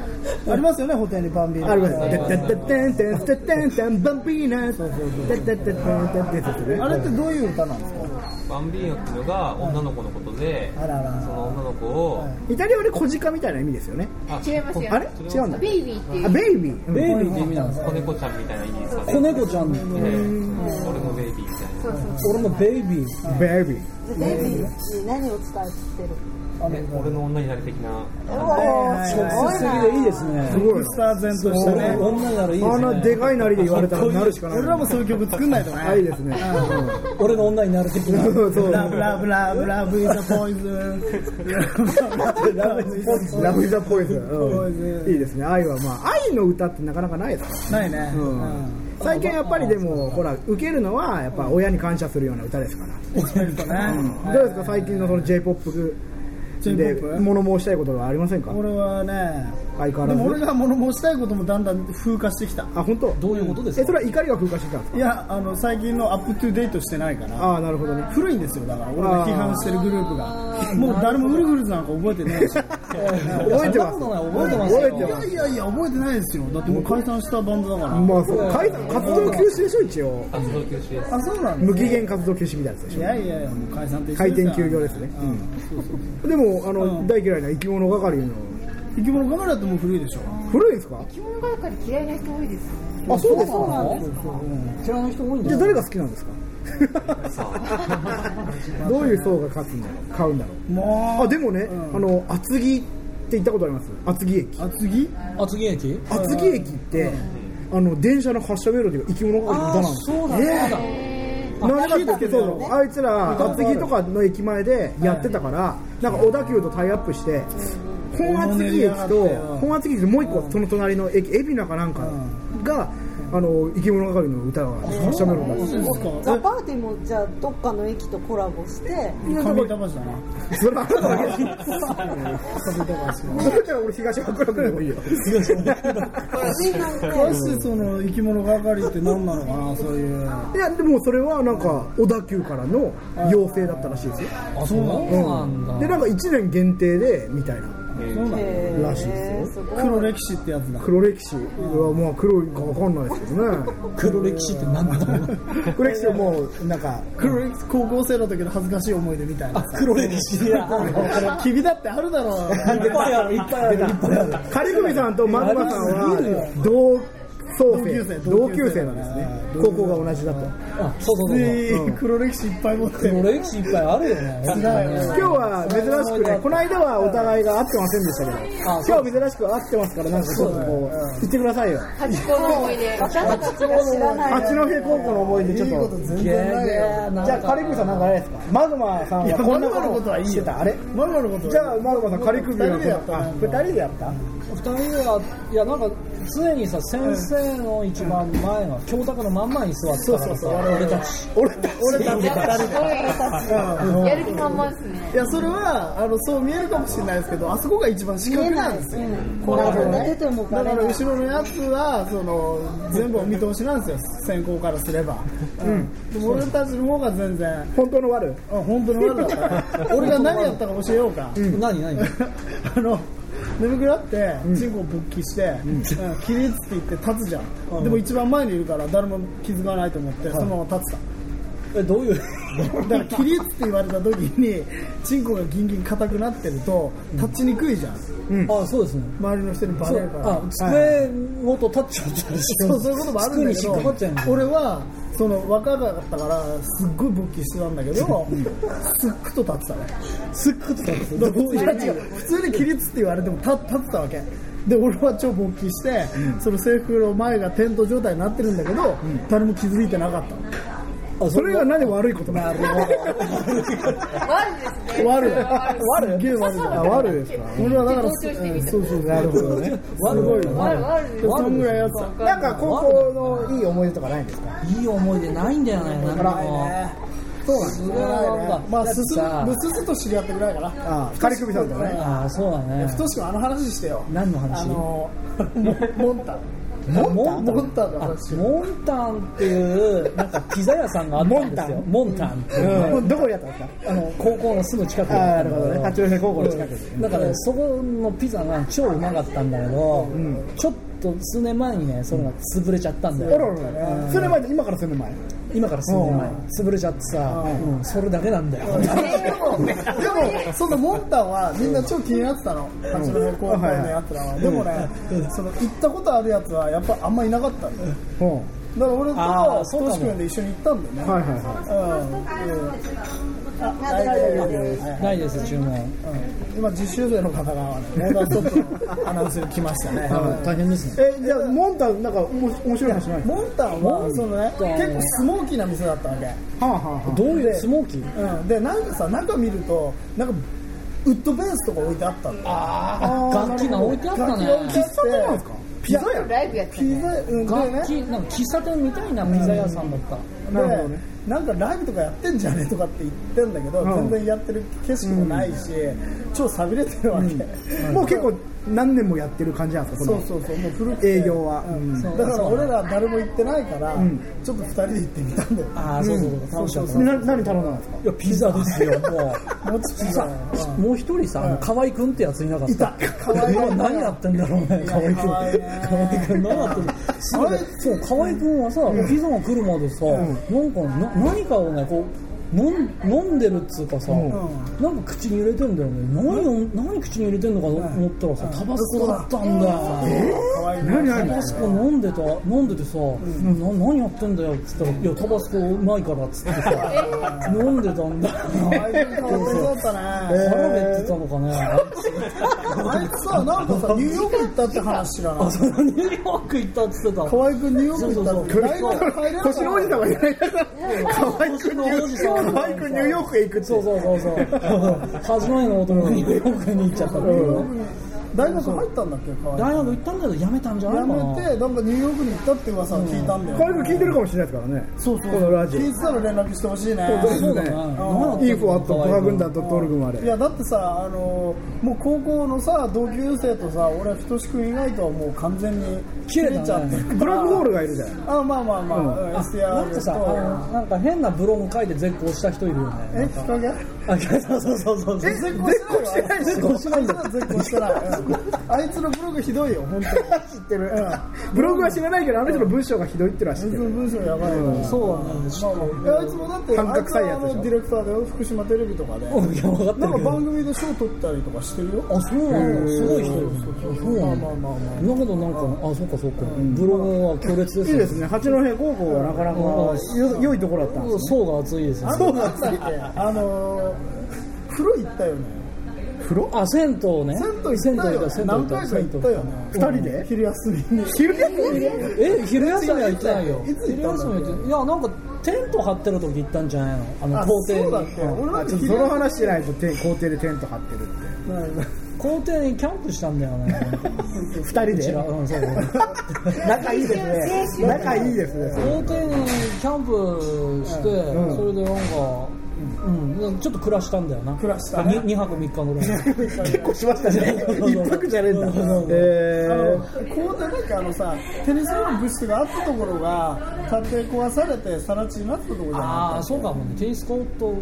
[SPEAKER 1] ありますよね固定にバンビーノ
[SPEAKER 2] あるわよ。てってってんてんてってんてんバンビーナ。てってってんてんてんてんてんね
[SPEAKER 1] あれってどういう歌なんですか
[SPEAKER 6] バンビーノっていうのが女の子のことで、
[SPEAKER 1] あらあ
[SPEAKER 6] そ
[SPEAKER 1] ら
[SPEAKER 6] の女の子を、
[SPEAKER 2] イタリアで小鹿みたいな意味ですよね。
[SPEAKER 6] あ
[SPEAKER 3] 違いますよ
[SPEAKER 2] あれ違うんだ。
[SPEAKER 3] ベイビーってい
[SPEAKER 2] あ
[SPEAKER 3] う
[SPEAKER 2] ベイビー。
[SPEAKER 5] ベイビーって意味なんですか
[SPEAKER 6] 子猫ちゃんみたいな意味ですかね。
[SPEAKER 5] 子猫ちゃん
[SPEAKER 6] ええ俺のベイビーみたいな。
[SPEAKER 3] そうそう
[SPEAKER 5] 俺のベイビー
[SPEAKER 2] ベイビー。
[SPEAKER 7] ベイビーに何を伝えてる
[SPEAKER 6] え俺の女になり的な。
[SPEAKER 7] おーす
[SPEAKER 5] 直接
[SPEAKER 7] ごい
[SPEAKER 5] 的でいい
[SPEAKER 7] な
[SPEAKER 5] ですね
[SPEAKER 2] すごい。
[SPEAKER 1] スター全として
[SPEAKER 5] 俺
[SPEAKER 1] ね
[SPEAKER 5] の女ならいいですね
[SPEAKER 2] あのでかいなりで言われたらなるしかない。
[SPEAKER 1] 俺らもそういう曲作んないとね
[SPEAKER 2] あいいですね。
[SPEAKER 5] 俺の女になる的な
[SPEAKER 2] そうそう。
[SPEAKER 1] ラブラブラブラブイズポイズンラブイズ
[SPEAKER 2] ラブイザポイズン。いいですね。愛はまあ愛の歌ってなかなかないですから。
[SPEAKER 1] ないね
[SPEAKER 2] うん最近やっぱりでもほら受けるのはやっぱ親に感謝するような歌ですから。
[SPEAKER 1] 覚えるとね
[SPEAKER 2] どうですか最近のその J-POP で
[SPEAKER 1] J-POP？
[SPEAKER 2] 物申したいことがありませんか
[SPEAKER 1] 俺はね
[SPEAKER 2] 相変
[SPEAKER 1] で
[SPEAKER 2] わら
[SPEAKER 1] も俺
[SPEAKER 2] ず
[SPEAKER 1] が物申したいこともだんだん風化してきた
[SPEAKER 2] あ本当
[SPEAKER 5] どういうことで
[SPEAKER 2] え
[SPEAKER 5] す
[SPEAKER 2] そ
[SPEAKER 5] か
[SPEAKER 2] れは怒りが風化してきたんです
[SPEAKER 1] いやあの最近のアップトゥデートしてないから
[SPEAKER 2] かああなるほどね
[SPEAKER 1] 古いんですよだから俺が批判してるグループがもう誰もウルフルズなんか覚えてないし
[SPEAKER 2] 覚えてます
[SPEAKER 5] そんなことない覚えてますよ
[SPEAKER 2] 覚えてま
[SPEAKER 1] いやいやいや覚えてないですよだってもう解散したバンドだから、
[SPEAKER 2] まあそう解散活動休止でしょ一応
[SPEAKER 6] 活動休止です。
[SPEAKER 1] あそうなんだ
[SPEAKER 2] 無期限活動休止みたいなやつでし
[SPEAKER 1] い
[SPEAKER 2] ょ
[SPEAKER 1] やいやいやもう解散って
[SPEAKER 2] 回転休業ですねうんでもあ
[SPEAKER 1] う
[SPEAKER 2] の
[SPEAKER 1] ん
[SPEAKER 2] 大嫌いな生き物係の
[SPEAKER 1] 生き物係だってもう古いでしょ
[SPEAKER 2] 古いんですか
[SPEAKER 3] 着物がり嫌いな人多いですよ
[SPEAKER 2] あそうです
[SPEAKER 5] そうな
[SPEAKER 2] か
[SPEAKER 5] の嫌いな人多いんだ
[SPEAKER 2] じゃあ
[SPEAKER 5] よ
[SPEAKER 2] 誰が好きなんですか どういう層が勝つんだろう買うんだろう
[SPEAKER 1] もう
[SPEAKER 2] あでもね、
[SPEAKER 1] うん
[SPEAKER 2] あの厚木って行ったことあります厚木駅
[SPEAKER 1] あ次
[SPEAKER 5] 厚木駅
[SPEAKER 2] 厚木駅って、あの電車の発車メロディーが生き物係の歌なんですよ
[SPEAKER 5] そうだ
[SPEAKER 2] なぜかっていうとそうあいつら厚木とかの駅前でやってたから、なんか小田急とタイアップして、本厚木駅と本厚木駅ともう一個、その隣の駅海老名かなんかが、あの生き物係の歌が発車メロディーなんですよ
[SPEAKER 7] ザ・パーティーもじゃあどっかの駅とコラボして
[SPEAKER 1] 上板橋だな
[SPEAKER 2] それはあなただけですだったら俺東白楽でもいいよ
[SPEAKER 7] みんなで
[SPEAKER 1] どうしてその生き物係って何なのかなそういう
[SPEAKER 2] いやでもそれはなんか小田急からの要請だったらしいですよ、
[SPEAKER 5] あそうなんだ
[SPEAKER 2] でなんか1年限定でみたいな
[SPEAKER 1] そうなの
[SPEAKER 7] えー
[SPEAKER 2] らしいです
[SPEAKER 7] すごい
[SPEAKER 1] 黒歴史ってやつだ
[SPEAKER 2] 黒歴史はまあ黒いかわかんないですけどね
[SPEAKER 5] 黒歴史って何だろう
[SPEAKER 2] 黒歴史はもうなんか
[SPEAKER 1] 黒歴史高校生の時の恥ずかしい思い出みたい な
[SPEAKER 5] 黒歴史い や
[SPEAKER 1] 君だってあるだろう
[SPEAKER 5] いっぱいあるいっぱいあるいっぱいある
[SPEAKER 2] 仮組さんとマグマさんは同窓生同
[SPEAKER 1] 同
[SPEAKER 2] 級
[SPEAKER 1] 級
[SPEAKER 2] 生
[SPEAKER 1] 生
[SPEAKER 2] なんですね
[SPEAKER 1] 同級生
[SPEAKER 2] 高校が同じだと
[SPEAKER 5] あそう そうそうそう
[SPEAKER 1] えー黒歴史いっぱい持ってる
[SPEAKER 5] 黒歴史いっぱいあるよね
[SPEAKER 2] 今日は珍しくねこの間はお互いが会ってませんでしたけど今日は珍しく会ってますからなんかちょっとこう言ってくださいよ
[SPEAKER 3] 八甲の思い出
[SPEAKER 7] 私たちが知らない
[SPEAKER 2] 八戸高校の思い出ちょっと
[SPEAKER 1] 全然ないよ
[SPEAKER 2] じゃあ、カリブさんなんかあれですかマグマさんはこんなことはいいしてたあれ
[SPEAKER 1] マグマのこと
[SPEAKER 2] じゃあ、マグマさん、カリクビ
[SPEAKER 1] 二人でやった
[SPEAKER 2] 二人でやった
[SPEAKER 5] 二人はいやなんか常にさ先生の一番前が教卓の真ん前に座ってたからさ俺たち
[SPEAKER 2] 俺たち俺たち
[SPEAKER 3] やる気満々ですね
[SPEAKER 1] いやそれはあのそう見えるかもしれないですけどあそこが一番視
[SPEAKER 7] 見え
[SPEAKER 1] 覚
[SPEAKER 7] な
[SPEAKER 1] ないん
[SPEAKER 7] で
[SPEAKER 1] ですす
[SPEAKER 7] よ
[SPEAKER 1] よ
[SPEAKER 7] コラボね出ても
[SPEAKER 1] だ
[SPEAKER 7] バレ
[SPEAKER 1] から
[SPEAKER 7] ない
[SPEAKER 1] 後ろのやつはその全部お見通しなんですよ先行からすれば、うん、でも俺たちの方が全然
[SPEAKER 2] 本当の悪
[SPEAKER 1] あ本当に悪かったから俺が何やったか教えようか、
[SPEAKER 5] 何何
[SPEAKER 1] あの眠くなって、チンコを勃起して、うん、起立って言って立つじゃん、でも一番前にいるから誰も気づかないと思って、そのまま立って
[SPEAKER 5] えどういう
[SPEAKER 1] ただから起立って言われた時にチンコがギンギン硬くなってると立ちにくいじゃん
[SPEAKER 5] あそうですね
[SPEAKER 1] 周りの人にバ
[SPEAKER 5] そ
[SPEAKER 1] レる
[SPEAKER 5] う
[SPEAKER 1] から
[SPEAKER 5] あ机ごと立っちゃったりして
[SPEAKER 1] そうそういうこともあるんだけ
[SPEAKER 5] 机に引っかかっちゃう
[SPEAKER 1] ど俺はその若かったからすっごい勃起してたんだけどすっくと立ってたねすっくと立ってた違う普通に起立って言われても立立ってたわけで俺は超勃起して、その制服の前がテント状態になってるんだけど、誰も気づいてなかったの
[SPEAKER 2] あそれが何で悪いことなの
[SPEAKER 1] 悪いすっげえ
[SPEAKER 3] 悪ですね
[SPEAKER 2] 悪
[SPEAKER 1] 悪い
[SPEAKER 2] あ悪いですか
[SPEAKER 1] 俺はだから
[SPEAKER 3] 緊張してみた
[SPEAKER 1] そうそう
[SPEAKER 2] なるほどね
[SPEAKER 5] 悪い悪い
[SPEAKER 3] 悪悪です
[SPEAKER 1] そんぐらいやってた
[SPEAKER 2] なんか高校のいい思い出とかないんですか
[SPEAKER 5] いい思い出ないんだよねなんか
[SPEAKER 2] そうなんです
[SPEAKER 5] すごいなんか
[SPEAKER 1] まあ
[SPEAKER 5] だって
[SPEAKER 1] すす
[SPEAKER 5] さ
[SPEAKER 1] むすすと知り合ってぐらいかな
[SPEAKER 2] あカリクビさんとかね
[SPEAKER 5] あそうだね
[SPEAKER 1] 太しくんあの話してよ
[SPEAKER 5] 何の話
[SPEAKER 1] あのー、モンタ
[SPEAKER 5] モンタン
[SPEAKER 1] モンタンの話
[SPEAKER 5] あモンタンっていうなんかピザ屋さんがあったんですよモンタンっていうね、
[SPEAKER 2] どこやったんですか
[SPEAKER 5] あの高校のすぐ近く
[SPEAKER 2] あ
[SPEAKER 5] だ
[SPEAKER 2] あ
[SPEAKER 5] った
[SPEAKER 2] なる
[SPEAKER 5] んだ
[SPEAKER 2] ほ
[SPEAKER 5] け
[SPEAKER 2] ど
[SPEAKER 5] ど
[SPEAKER 2] ね八王子高校の近く
[SPEAKER 5] だから、ね、そこのピザが超うまかったんだけど、ちょっと数年前にねそれが潰れちゃったんだ
[SPEAKER 2] おろ
[SPEAKER 5] よ、
[SPEAKER 2] おろだねそれ前で今からそれ前
[SPEAKER 5] 今から数年前
[SPEAKER 2] うん
[SPEAKER 5] 潰れちゃってさ、うんそれだけなんだよ、
[SPEAKER 1] でもそのモンタンはみんな超気になってたの八戸高校のやつらはでもねその行ったことあるやつはやっぱあんまいなかったんだよ
[SPEAKER 2] うん
[SPEAKER 1] だから
[SPEAKER 5] あ
[SPEAKER 1] 俺
[SPEAKER 5] ーそうか
[SPEAKER 1] とトシ
[SPEAKER 5] も
[SPEAKER 1] 君で一緒に行ったんだよね
[SPEAKER 2] はいはいは
[SPEAKER 1] うん大丈夫です
[SPEAKER 5] ないです注文
[SPEAKER 1] うん今実習生の方がねモーダーストップのアナウンスに来ました ね
[SPEAKER 2] い大変ですねえじゃあモンタンなんかおもし面白い話ないは
[SPEAKER 1] モンタンはそのね結構スモーキーな店だったわけ
[SPEAKER 2] あはあは
[SPEAKER 5] どういう
[SPEAKER 1] で
[SPEAKER 5] スモーキー
[SPEAKER 1] うん、でなんかさ中見るとなんかウッドベースとか置いてあったんだ
[SPEAKER 5] あ楽器が置いてあったね
[SPEAKER 1] 置いてあって
[SPEAKER 2] なんですか
[SPEAKER 1] ピザや
[SPEAKER 3] ライブやってた
[SPEAKER 1] ピ
[SPEAKER 3] ね
[SPEAKER 1] ザうんで
[SPEAKER 5] 楽
[SPEAKER 1] ね
[SPEAKER 5] 器なんか喫茶店みたいなピザ屋さんだった、
[SPEAKER 1] で
[SPEAKER 2] なるほどね
[SPEAKER 1] なんかライブとかやってんじゃねとかって言ってんだけど、
[SPEAKER 2] うん
[SPEAKER 1] 全然やってる景色もないし、超さびれてるわけ、
[SPEAKER 2] あもう結構何年もやってる感じなんですか
[SPEAKER 1] そ
[SPEAKER 2] こ
[SPEAKER 1] う
[SPEAKER 2] の
[SPEAKER 1] そうそうもう古くて
[SPEAKER 2] 営業は
[SPEAKER 1] うん
[SPEAKER 2] うん
[SPEAKER 5] そう
[SPEAKER 1] だか
[SPEAKER 5] そ
[SPEAKER 1] ら
[SPEAKER 5] う
[SPEAKER 1] 俺ら誰も行ってないから、
[SPEAKER 2] ん
[SPEAKER 1] ちょっと2人で行ってみたんだよ
[SPEAKER 5] ああそうそうそう楽しかった
[SPEAKER 2] で
[SPEAKER 5] な
[SPEAKER 2] な何頼んだんですか
[SPEAKER 5] いやピザです よも
[SPEAKER 1] もうちょっと
[SPEAKER 5] うさ
[SPEAKER 1] さ
[SPEAKER 5] もう一人さ、あの河合くんってやついなかった
[SPEAKER 1] いた河合君
[SPEAKER 5] 今何やってんだろうね河合くん
[SPEAKER 1] 河
[SPEAKER 5] 河
[SPEAKER 1] 合
[SPEAKER 5] 合
[SPEAKER 1] ね
[SPEAKER 5] くん何やってんだそうそう河合くんはさ、ピザが来るまでさ、なんかな何かをねこう飲ん飲んでるっつうかさ、なんか口に入れてんだよね何,、何口に入れてんのかと思ったらさ、タバスコだったんだよ、
[SPEAKER 1] 可愛い
[SPEAKER 2] 何
[SPEAKER 5] タ
[SPEAKER 2] 何
[SPEAKER 5] バスコ飲んでた飲んでてさ、な何やってんだよっつったら「いやタバスコないから」っつってさ飲んでたんだ
[SPEAKER 1] 可愛い可愛いそうだったね
[SPEAKER 5] 腹減ってたのかね
[SPEAKER 1] 前さなんかさニューヨーク行ったって話知らない
[SPEAKER 5] ニューヨーク行ったっつってた
[SPEAKER 1] 河合君ニューヨーク行ったって
[SPEAKER 5] そうそうそう
[SPEAKER 1] ライブ入れなかった
[SPEAKER 2] 腰のおじさんがいないから河合君ニュ
[SPEAKER 5] 腰のおじさんは
[SPEAKER 2] ー河合君ニューヨークへ行くって
[SPEAKER 5] そうそうそうそう初めの男のニューヨークに行っちゃったっていうね
[SPEAKER 1] 大学入ったんだっけ河合
[SPEAKER 5] 大学行ったんだけど辞めたんじゃないか
[SPEAKER 1] やめ
[SPEAKER 5] な
[SPEAKER 1] てなんかニューヨークに行ったって噂を聞いたんだよ、
[SPEAKER 2] 河合君聞いてるかもしれないですからねそうそうこのラジ
[SPEAKER 1] 聞い
[SPEAKER 2] オ
[SPEAKER 1] てたら連絡してほしいね
[SPEAKER 5] そうだね
[SPEAKER 2] インフォアットトラ軍団
[SPEAKER 5] と
[SPEAKER 2] ドットオルグまで
[SPEAKER 1] いやだってさあのもう高校のさ同級生とさ俺太志君以外とはもう完全に
[SPEAKER 5] 切れたね
[SPEAKER 1] ちゃってるから
[SPEAKER 2] ブラックホールがいるじゃない
[SPEAKER 1] あまあまあまあ、うん、
[SPEAKER 5] なん
[SPEAKER 1] STR
[SPEAKER 5] かさあ
[SPEAKER 1] と
[SPEAKER 5] のなんか変なブログ書いて絶交した人いるよ
[SPEAKER 1] え
[SPEAKER 5] ね
[SPEAKER 1] 日陰
[SPEAKER 5] あそう そうそうそう
[SPEAKER 1] 絶交してない絶交してない絶交してないうんあいつのブログひどいよ本当に知ってる
[SPEAKER 2] ブログは知らないけどあの人の文章がひどいってのは知
[SPEAKER 1] あ
[SPEAKER 2] っ
[SPEAKER 1] い
[SPEAKER 2] て
[SPEAKER 1] つ
[SPEAKER 2] る
[SPEAKER 1] の文章やばいから
[SPEAKER 5] そうだねちょっ
[SPEAKER 1] えあいつもだって、
[SPEAKER 2] 感
[SPEAKER 1] あい
[SPEAKER 2] 覚
[SPEAKER 1] つ
[SPEAKER 2] 臭い
[SPEAKER 1] はあ
[SPEAKER 2] やつでしょ
[SPEAKER 1] のディレクターだよ、福島テレビとかで、
[SPEAKER 5] と いや分かって
[SPEAKER 1] なん
[SPEAKER 5] る
[SPEAKER 1] か
[SPEAKER 5] けど
[SPEAKER 1] 番組で賞取ったりとかしてるよ、
[SPEAKER 5] あそうなのすごい人だよねそうな
[SPEAKER 1] まあまあまあ
[SPEAKER 5] の
[SPEAKER 1] まあ
[SPEAKER 5] そんなことなんかあそうかそうかブログは強烈です
[SPEAKER 2] いい
[SPEAKER 5] よ
[SPEAKER 2] ですね八戸高校はなかなかよ良いところだったんです
[SPEAKER 5] 層が厚いですね
[SPEAKER 1] そうなんだ っけあのー、風呂行ったよね
[SPEAKER 5] 風呂あ銭湯ね
[SPEAKER 1] 銭湯行ったよ
[SPEAKER 5] 銭湯行
[SPEAKER 1] 何
[SPEAKER 5] った
[SPEAKER 1] 回か行ったよね
[SPEAKER 2] 二人で
[SPEAKER 1] 昼休みに
[SPEAKER 2] 昼休み
[SPEAKER 5] え昼休みは行ってないよ
[SPEAKER 1] いつ行
[SPEAKER 5] 昼
[SPEAKER 1] ったんだ
[SPEAKER 5] 休
[SPEAKER 1] っ
[SPEAKER 5] み
[SPEAKER 1] け
[SPEAKER 5] は行っていやなんかテント張ってる時行ったんじゃないのあの
[SPEAKER 1] あ
[SPEAKER 5] 校庭
[SPEAKER 1] そうだっ
[SPEAKER 5] に
[SPEAKER 1] け俺なんか
[SPEAKER 2] あちょっと
[SPEAKER 1] 昼
[SPEAKER 2] その話しないとて校庭でテント張ってるって
[SPEAKER 5] 校庭にキャンプしたんだよね
[SPEAKER 2] 二人で
[SPEAKER 5] 違ううんそうそう
[SPEAKER 2] 仲いいですね仲いいですね
[SPEAKER 5] 校庭にキャンプして
[SPEAKER 2] ん
[SPEAKER 5] それでなんかうんちょっと暮らしたんだよな暮
[SPEAKER 1] らしたね
[SPEAKER 5] 2泊3日ぐらい
[SPEAKER 2] 結構しましたね
[SPEAKER 5] そうそう
[SPEAKER 2] 一泊じゃねえん
[SPEAKER 5] そ
[SPEAKER 2] だ
[SPEAKER 5] うそうそう
[SPEAKER 2] え
[SPEAKER 1] あ
[SPEAKER 2] ー
[SPEAKER 1] の校庭なんかあのさテニスボールブッシュがあったところが建て壊されて更地になってたところじゃ
[SPEAKER 5] あ
[SPEAKER 1] な
[SPEAKER 5] あそうかもねテニスコート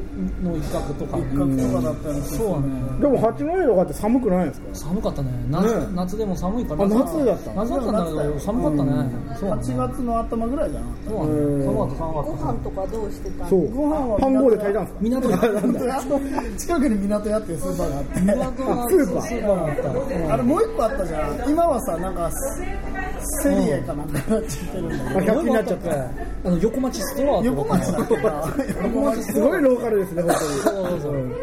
[SPEAKER 5] の一角とか
[SPEAKER 1] い一角とかだったよね
[SPEAKER 5] そうだね
[SPEAKER 2] でも八戸とかって寒くないですか
[SPEAKER 5] 寒かったね夏
[SPEAKER 2] ね
[SPEAKER 5] 夏でも寒いから
[SPEAKER 2] あ夏だった
[SPEAKER 5] 夏だったんだけど寒かったね、そうだね
[SPEAKER 1] 8月の頭ぐらいじゃな
[SPEAKER 5] そうだね寒かった寒
[SPEAKER 7] ご
[SPEAKER 5] かった
[SPEAKER 7] 飯とかどうしてたの
[SPEAKER 2] そう
[SPEAKER 1] ご飯は
[SPEAKER 2] 飯号で炊いたんですか
[SPEAKER 5] 港が
[SPEAKER 1] 本当にあと 近くに港屋 っていうスーパーがあって
[SPEAKER 5] 港がスーパースーパーがあった、
[SPEAKER 1] あれもう一個あったじゃん今はさなんかセリエかなんかになっちゃってるんだけど
[SPEAKER 2] あ100になっちゃった
[SPEAKER 5] あの横町ストア
[SPEAKER 1] 横町だ
[SPEAKER 5] だ
[SPEAKER 1] ったか 横町
[SPEAKER 2] すごいローカルですね本当
[SPEAKER 5] そうそうそう
[SPEAKER 2] に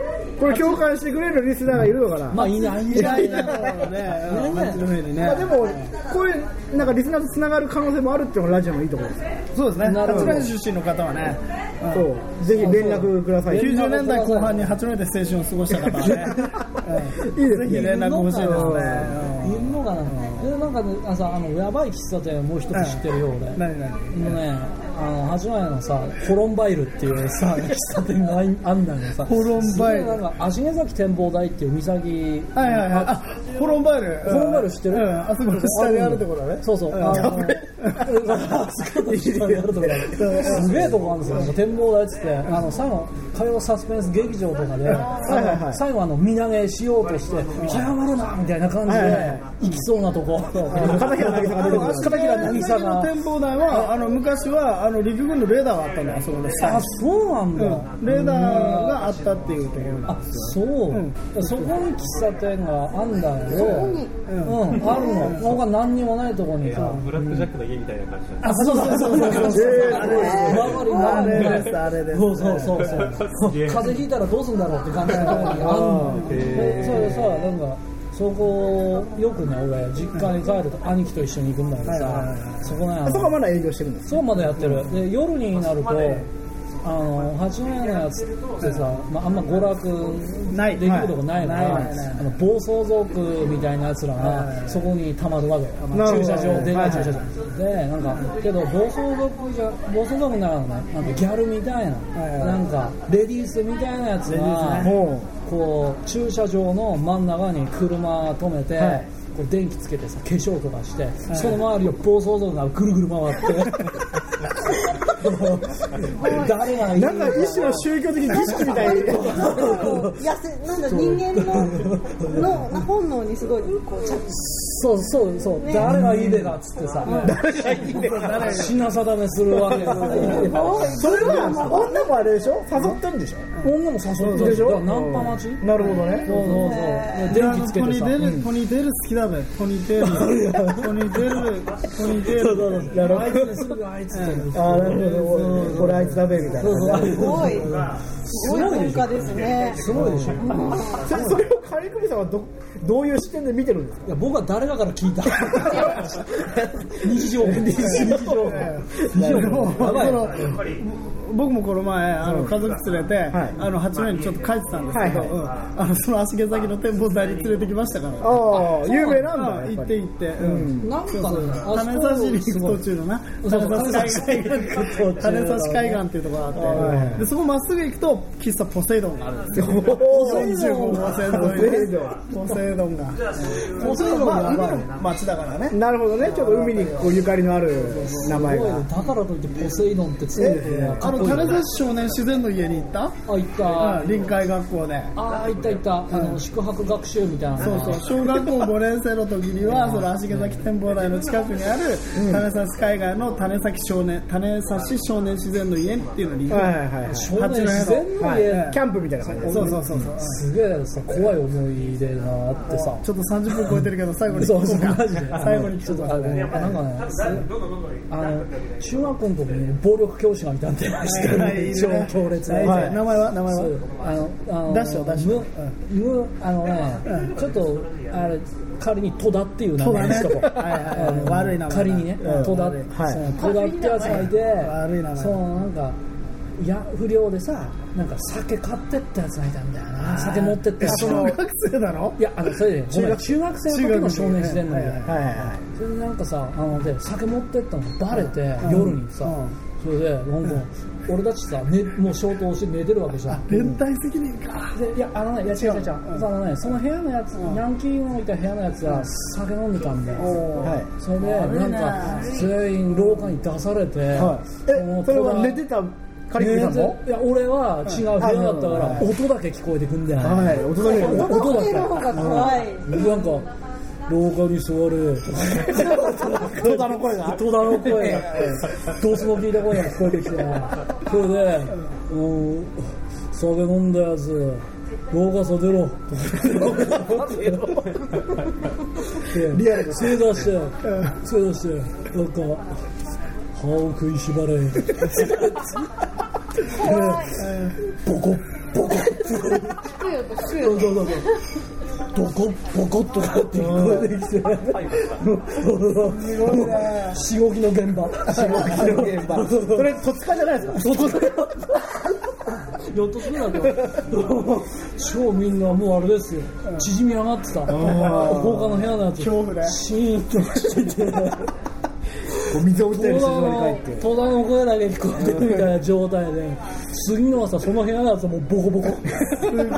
[SPEAKER 2] これ共感してくれるリスナーがいるのかな
[SPEAKER 5] まあいないんじゃないね
[SPEAKER 1] ね
[SPEAKER 2] まあでもこういうなんかリスナーとつながる可能性もあるっていうのがラジオのいいところですよ
[SPEAKER 1] そうですね
[SPEAKER 5] なるほど
[SPEAKER 1] 八戸出身の方はね
[SPEAKER 2] そうぜひ連絡ください
[SPEAKER 5] 連絡
[SPEAKER 1] 90年代後半に八戸で青春を過ごした方は ね
[SPEAKER 2] いいです
[SPEAKER 1] ぜひ連絡欲しいですね
[SPEAKER 5] いるのかなでなんかねあさあのやばい喫茶店もう一つ知ってるようで、
[SPEAKER 1] 何何
[SPEAKER 5] もうねあの八戸のさコロンバイルっていうさ喫茶店があんあんだよさ
[SPEAKER 1] コロンバイル
[SPEAKER 5] すごいなんか足毛崎展望台っていう岬
[SPEAKER 1] はいはいはい。あ、コロンバイル。
[SPEAKER 5] コロンバイル知ってる
[SPEAKER 1] うん、あそこの下にあるところだね。
[SPEAKER 5] そうそう。
[SPEAKER 1] ん
[SPEAKER 5] あ
[SPEAKER 1] や
[SPEAKER 5] の
[SPEAKER 1] べえ
[SPEAKER 5] あそこの下にあるところすげえとこあるんですよ。展望台っつって、あの、最後、火曜サスペンス劇場とかで、
[SPEAKER 1] はいはい
[SPEAKER 5] 最後、あの、身投げしようとして、早まるなみたいな感じ
[SPEAKER 1] はいは
[SPEAKER 5] で、行きそうなとこ。
[SPEAKER 2] 片平渚が出てくる
[SPEAKER 5] 片平渚
[SPEAKER 1] の
[SPEAKER 5] が。
[SPEAKER 1] 展望台は、あの、昔は、あの、陸軍のレーダーがあったんだよ、あそこで。
[SPEAKER 5] あ、そうなんだ。
[SPEAKER 1] レーダーがあったっていうところ
[SPEAKER 5] あそう、そこに喫茶店があんだよそこにうん、あるの他何にもないとこにさ
[SPEAKER 6] ブラックジャックの家みたいな感じだ
[SPEAKER 5] あそうそうそうそうそう
[SPEAKER 1] えーすごい
[SPEAKER 5] 周り
[SPEAKER 1] あ
[SPEAKER 5] 何にもな
[SPEAKER 1] れ
[SPEAKER 5] い
[SPEAKER 1] です、あれです。
[SPEAKER 5] そうそうそうそう
[SPEAKER 6] すげ
[SPEAKER 5] 風
[SPEAKER 6] え
[SPEAKER 5] 邪ひいたらどうすんだろうって感じのとこにあんのよでそれでさなんかそこよくね俺実家に帰ると兄貴と一緒に行くんだけどさそこねあの
[SPEAKER 2] あそこはまだ営業してるんです
[SPEAKER 5] そうまでやってるで夜になるとあの八戸のやつってさ、まあ、あんま娯
[SPEAKER 1] ない
[SPEAKER 5] 楽できるとこないから、
[SPEAKER 1] はいないない
[SPEAKER 5] あの暴走族みたいなやつらがそこに溜まるわけよ、
[SPEAKER 1] なるほど
[SPEAKER 5] 駐車場で
[SPEAKER 1] は
[SPEAKER 5] か
[SPEAKER 1] い
[SPEAKER 5] い駐車場、でなんかけど暴走族じゃ暴走族の中のねなんかギャルみたいな、
[SPEAKER 1] はいはい
[SPEAKER 5] なんかレディースみたいなやつが、
[SPEAKER 1] も
[SPEAKER 5] こう駐車場の真ん中に車止めて、
[SPEAKER 1] はい
[SPEAKER 5] こう電気つけてさ化粧とかして、その周りを暴走族がぐるぐる回って誰がいい
[SPEAKER 1] なんか一種の宗教的儀式みたいに。
[SPEAKER 7] 痩せなんだ人間のの本能にすごいこう着
[SPEAKER 5] そうそうそう、誰がいいでだっつってさ、品定めするわけですよ
[SPEAKER 2] それは女もあれでしょ誘ってるんでしょ
[SPEAKER 5] 女も誘ってるでしょだからナンパ待ち、
[SPEAKER 2] なるほどね
[SPEAKER 5] そうそうそうで電気つけ
[SPEAKER 1] ポ
[SPEAKER 5] て
[SPEAKER 1] ニー
[SPEAKER 5] さ
[SPEAKER 1] デール、ポニーデール好きだべ。ポニーデール。ポニーデール。ポニーデール。やろ
[SPEAKER 5] あいつですぐあいつって
[SPEAKER 2] ああなるほどこれあいつだべみたい
[SPEAKER 5] そうそう
[SPEAKER 2] な
[SPEAKER 5] あいつ
[SPEAKER 7] すごいすごい文化ですね
[SPEAKER 5] すごいでしょ
[SPEAKER 2] それそれをカリクミさんはどどういう視点で見てるんですか
[SPEAKER 5] いや僕は誰だから聞い た日常日常
[SPEAKER 1] でも
[SPEAKER 5] やばい
[SPEAKER 1] その僕もこの前あの家族連れて、
[SPEAKER 2] はい
[SPEAKER 1] あの八戸にちょっと帰ってたんですけど、
[SPEAKER 2] はいはい
[SPEAKER 1] うんあのその足毛先の展望台に連れてきましたから。
[SPEAKER 2] ああ有名なんだ
[SPEAKER 1] う
[SPEAKER 2] ね
[SPEAKER 1] 行
[SPEAKER 2] や
[SPEAKER 1] っ
[SPEAKER 2] ってて
[SPEAKER 1] 行って、うん
[SPEAKER 5] なんかねあ
[SPEAKER 1] 種差しに行く途中のな
[SPEAKER 5] そう
[SPEAKER 1] 種差し海岸
[SPEAKER 5] そう
[SPEAKER 1] 種差し海岸っていうところがあってでそこまっすぐ行くと喫茶ポセイドンがあるんですよ45号線沿いにねポセイドンが
[SPEAKER 5] ポセイドン
[SPEAKER 1] まあ
[SPEAKER 5] が
[SPEAKER 1] 海の街だからね
[SPEAKER 2] なるほどねちょっと海にこうゆかりのある名前が
[SPEAKER 5] だからといってポセイドンってついてるのはか
[SPEAKER 1] あ
[SPEAKER 5] っ
[SPEAKER 1] の
[SPEAKER 5] こいい
[SPEAKER 1] 種
[SPEAKER 5] ね
[SPEAKER 1] 差し少年自然の家に行った
[SPEAKER 5] あ行った
[SPEAKER 1] うん臨海学校で
[SPEAKER 5] ああ行った行ったあの宿泊学習みたいな
[SPEAKER 1] そうそう小学校5年生の時にはその足毛崎展望台の近くにある種差し海岸の種差し少年種差し少年自然の家っていうのに行く
[SPEAKER 2] はいはいはい
[SPEAKER 5] 少年自然の家、
[SPEAKER 2] キャンプみたいな感じです
[SPEAKER 1] そうそうそうそう
[SPEAKER 5] すげえさ怖い思い出があってさ
[SPEAKER 1] ちょっと30分超えてるけど最後に聞
[SPEAKER 5] そ
[SPEAKER 1] こ
[SPEAKER 5] うそう
[SPEAKER 1] うか
[SPEAKER 5] マジで
[SPEAKER 1] 最後に聞こう
[SPEAKER 5] あ
[SPEAKER 1] か
[SPEAKER 5] のなんかねすあの中学校の時に暴力教師がいたんで知って
[SPEAKER 1] はいい
[SPEAKER 5] る
[SPEAKER 1] る
[SPEAKER 5] 超
[SPEAKER 1] ね
[SPEAKER 5] 強烈な、
[SPEAKER 1] はい名前は名前
[SPEAKER 5] そう
[SPEAKER 1] は
[SPEAKER 5] あのあの
[SPEAKER 1] 出してよ出してよ
[SPEAKER 5] むむあのね、ちょっとあれ仮に戸田っていう名
[SPEAKER 1] 戸田
[SPEAKER 5] 前に
[SPEAKER 1] ね
[SPEAKER 5] しとこう、
[SPEAKER 1] はいはいはい
[SPEAKER 5] あの
[SPEAKER 1] 悪い名前
[SPEAKER 5] 仮にね、
[SPEAKER 1] うん
[SPEAKER 5] 戸田、
[SPEAKER 1] 悪い
[SPEAKER 2] はい
[SPEAKER 5] その戸田ってやつがいて
[SPEAKER 1] 悪い名前
[SPEAKER 5] そうなんかいや不良でさなんか酒買ってったやつがいたんだよな酒持ってった
[SPEAKER 1] 小学生だろ
[SPEAKER 5] いやあのそれでごめん中学生の時の少年自然の家
[SPEAKER 2] はいはいはい
[SPEAKER 5] それでなんかさあので酒持ってったのバレて、夜にさ、それでなんか、俺たちさ、ね、もう消灯して寝てるわけじゃん
[SPEAKER 1] 連帯責任か
[SPEAKER 5] でいやあのねいや違う違う違う、そのねその部屋のやつ、ヤンキーのいた部屋のやつは酒飲んでたんで、
[SPEAKER 2] はい
[SPEAKER 5] それでなんか全員廊下に出されて、
[SPEAKER 2] はいえそれは寝てたカリクミさんも
[SPEAKER 5] ねいや俺は違う部屋だったか
[SPEAKER 2] あ
[SPEAKER 5] ら
[SPEAKER 2] はい
[SPEAKER 5] 音だけ聞こえてくんだよね、
[SPEAKER 2] はいお届け
[SPEAKER 5] 音だけ
[SPEAKER 7] 音の方が怖い
[SPEAKER 5] なんか廊下に座る戸田の声が戸田の声がどうせも聞いた声が聞こえてきてそれで「うん酒飲んだやつ廊下袖ろ」で
[SPEAKER 2] リアルです
[SPEAKER 5] 正座して正座してなんか歯を食いしばれボコッボコッ
[SPEAKER 3] 聞くよと聞く
[SPEAKER 5] そ
[SPEAKER 3] よ
[SPEAKER 5] うそうそうボコッボコッとかって聞こえてきて、しごきの現場、しごきの現場、
[SPEAKER 2] それ戸塚じゃないですか
[SPEAKER 5] よっとするなと、超みんなもうあれですよ、縮み上がってた、廊下の部屋のやつ、
[SPEAKER 1] 恐怖ね
[SPEAKER 5] シーンとしてて、
[SPEAKER 2] こう水を打ったり
[SPEAKER 5] 戸
[SPEAKER 2] して
[SPEAKER 5] 田
[SPEAKER 2] 座り
[SPEAKER 5] の
[SPEAKER 2] 返って
[SPEAKER 5] 戸田の声だけ聞こえてるみたいな状態で次の朝その部屋だともうボコボコもう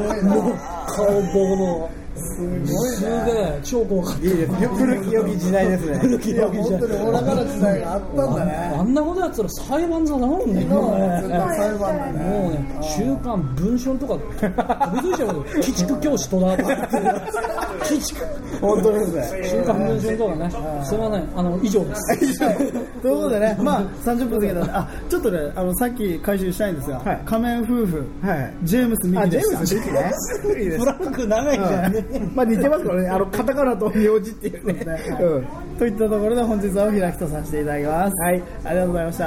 [SPEAKER 5] 顔ボコボコすげえ超怖かった
[SPEAKER 2] いいですよ古き良き時代ですね
[SPEAKER 5] いや
[SPEAKER 1] 本当におらかな時代があったんだね
[SPEAKER 5] あんなことやったら裁判所なるんだよ
[SPEAKER 1] もう
[SPEAKER 5] ね
[SPEAKER 1] 普通の裁判だね
[SPEAKER 5] もうね、週刊文春とか、飛びついちゃうけど、鬼畜教師とだとか言って、鬼畜、
[SPEAKER 2] 本当ですね
[SPEAKER 5] 週刊文春とかね、すみません、あの、以上です。
[SPEAKER 1] ということでね、まあ、30分過ぎたんであちょっとねあのさっき回収したいんですが、
[SPEAKER 2] はい
[SPEAKER 1] 仮面夫婦、
[SPEAKER 2] はい
[SPEAKER 1] ジェームス・ミ
[SPEAKER 2] あ
[SPEAKER 1] キ
[SPEAKER 2] ジ
[SPEAKER 1] で
[SPEAKER 2] ェー
[SPEAKER 1] した
[SPEAKER 2] ムスミキねいいです
[SPEAKER 1] フランク長いじゃん、
[SPEAKER 2] うんまあ似てますからねあのカタカナと名字っていうねうん
[SPEAKER 1] といったところで本日はお開きとさせていただきます、はい、ありがとうございまし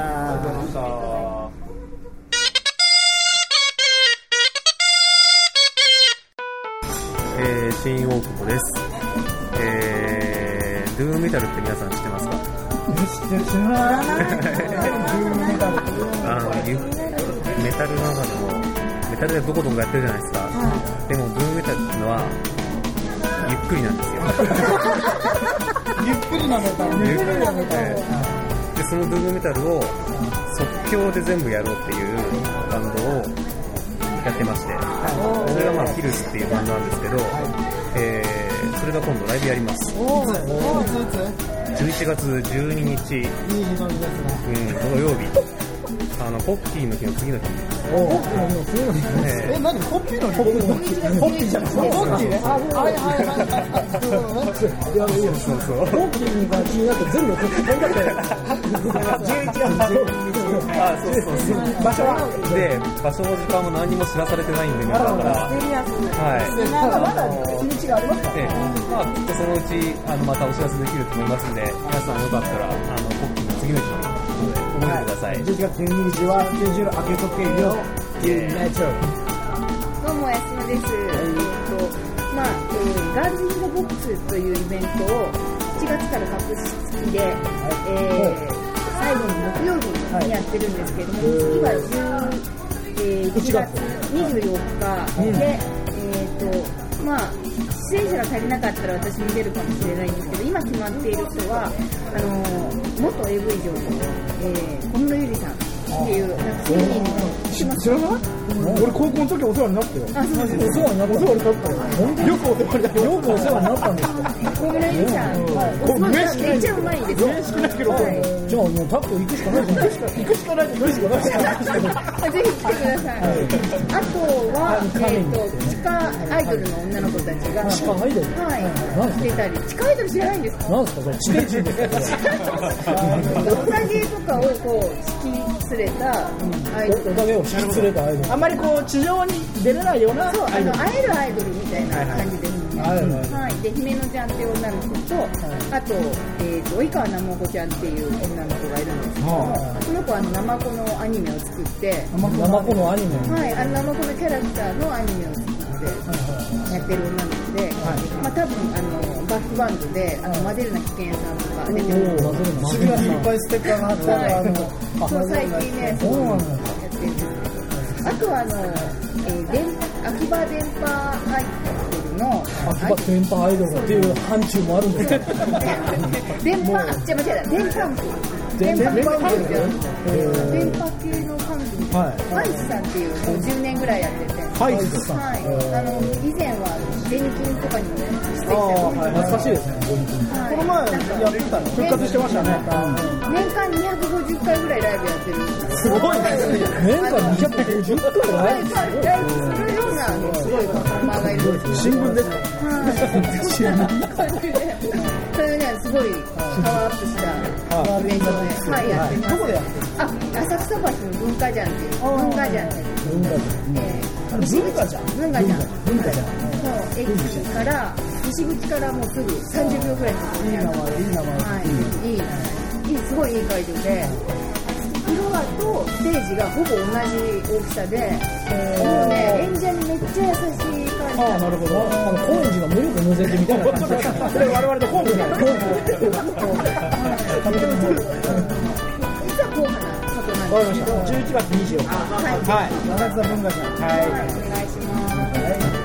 [SPEAKER 1] た
[SPEAKER 6] えー、新大久保です。えー、ドゥーンメタルって皆さん知ってますかあの、ゆメタルの中でも、メタルでどこどこやってるじゃないですか。でも、ドゥーンメタルっていうのは、ゆっくりなんです よ。ゆっくりなメタル。ゆっくりなメタル。で、そのドゥーンメタルを即興で全部やろうっていうバンドをやってまして、それがまあ、ヒルスっていうバンドなんですけど、えー、それが今度ライブやります。11月12日、うん、土曜日、 あのポッキーの日の次の日、えー
[SPEAKER 1] 何コピーのコピーじゃないコピーね
[SPEAKER 6] そうそう、
[SPEAKER 5] ポッキーが気になって全部送ってくれ
[SPEAKER 6] あそうそうそう、場所はで、場所も時間も何にも知らされてないんで、皆さんから、はい、
[SPEAKER 2] まだ一日がありますか
[SPEAKER 6] で、まあ、きっとそのうちあのまたお知らせできると思いますんで、皆さんよかったら、あのポッキーの次の日に覚えてください。
[SPEAKER 2] 11月12日はスケジュール開けとけよ
[SPEAKER 6] えー
[SPEAKER 8] どうも、やすみです。えっと、まあ、えーガールズ・イン・ザ・ボックスというイベントを7月から各式で、えー最後の木曜日にやってるんですけども、次は10えー1月24日で、えっと、まあ、出演者が足りなかったら私も出るかもしれないんですけど、今決まっている人は、あのー元 AV 女優の、えー小室ゆりさんっていう、なんか、人の
[SPEAKER 2] 知らない俺高校の時お世話になった
[SPEAKER 8] あ、
[SPEAKER 2] よ
[SPEAKER 8] そうで
[SPEAKER 5] お
[SPEAKER 8] す。
[SPEAKER 5] 世話になった
[SPEAKER 2] お世話になったよよくお世話になったよ
[SPEAKER 5] よくお世話になったんですよ
[SPEAKER 8] 小村ゆりさん、おつまみがめっちゃうまいです。面識ないけど、はい
[SPEAKER 5] じゃあもうタップ行くしかないじゃない ですか
[SPEAKER 8] あ、ぜひ来てください。あとは、えっ、と、地下アイドルの女の子たちが、
[SPEAKER 5] 地下アイドル
[SPEAKER 8] はい、来てたり、地下アイドル知らないんですか
[SPEAKER 5] なんですかそれ地底人ですか
[SPEAKER 8] おかげとかをこう、引き連れたアイドル。
[SPEAKER 5] おかげを引き連れたアイドル
[SPEAKER 2] あんまりこう地上に出れないような
[SPEAKER 8] そう、あの、会えるアイドルみたいな感じですね。
[SPEAKER 2] あるの
[SPEAKER 8] はい、で姫野ちゃんっていう女の子と、あと,、えー、と及川なもこちゃんっていう女の子がいるんですけども、その子はあのナマコのアニメを作って、
[SPEAKER 5] ナマコのアニメ
[SPEAKER 8] はい、あのナマコのキャラクターのアニメを作ってやってる女の子で、まあ、多分あのバックバンドであのマデルナ危険さんとか出てる
[SPEAKER 5] おーマ
[SPEAKER 1] 渋谷にいっぱいステッカーが貼ってあるあの
[SPEAKER 8] そう最近ねそうやってるんですけどあとはあの、えー、電秋葉電波アイドルの
[SPEAKER 5] 秋葉電波アイドルっていう範疇もあるんですけ ど
[SPEAKER 8] 電波、あ、違う違う、電波部。電波部電波系の関係ファイスさんっていう、もう10年ぐらいやってて。
[SPEAKER 5] ハイスさん
[SPEAKER 8] はい。あの、以前は、税金とかにもね、してきた
[SPEAKER 5] 懐かしいですね
[SPEAKER 8] この前、やってた復活してましたね。年間250回ぐらいライブやってるんですよ。
[SPEAKER 5] すごい年間250回
[SPEAKER 8] ラ
[SPEAKER 5] ラ
[SPEAKER 8] イ
[SPEAKER 5] イ
[SPEAKER 8] ブ
[SPEAKER 5] ブ
[SPEAKER 8] するような、すごいパフォーマーがいるんです
[SPEAKER 5] 新聞です
[SPEAKER 8] はい。それでね、すごいパワーアップしたイベントで、はい、やってます。どこでやってあ、浅草橋の文化じゃんっていう。文化じゃんっていう。文化じゃん。文化じゃん。文化じゃん。もう駅から、西口からもうすぐ30秒ぐらいのところにあるので。いい名前、いい名前。いい、すごいいい会場で。フロアとステージがほぼ同じ大きさで、もうね、演者にめっちゃ優しい感じ
[SPEAKER 5] ああなるほどあの高円寺の無力無責みたいな感じで
[SPEAKER 2] それ我々の本部なの
[SPEAKER 8] 実は高価なことなんですけど。
[SPEAKER 2] 11月24日
[SPEAKER 8] はい。
[SPEAKER 2] はい中津田文化さんはい
[SPEAKER 8] お願いします。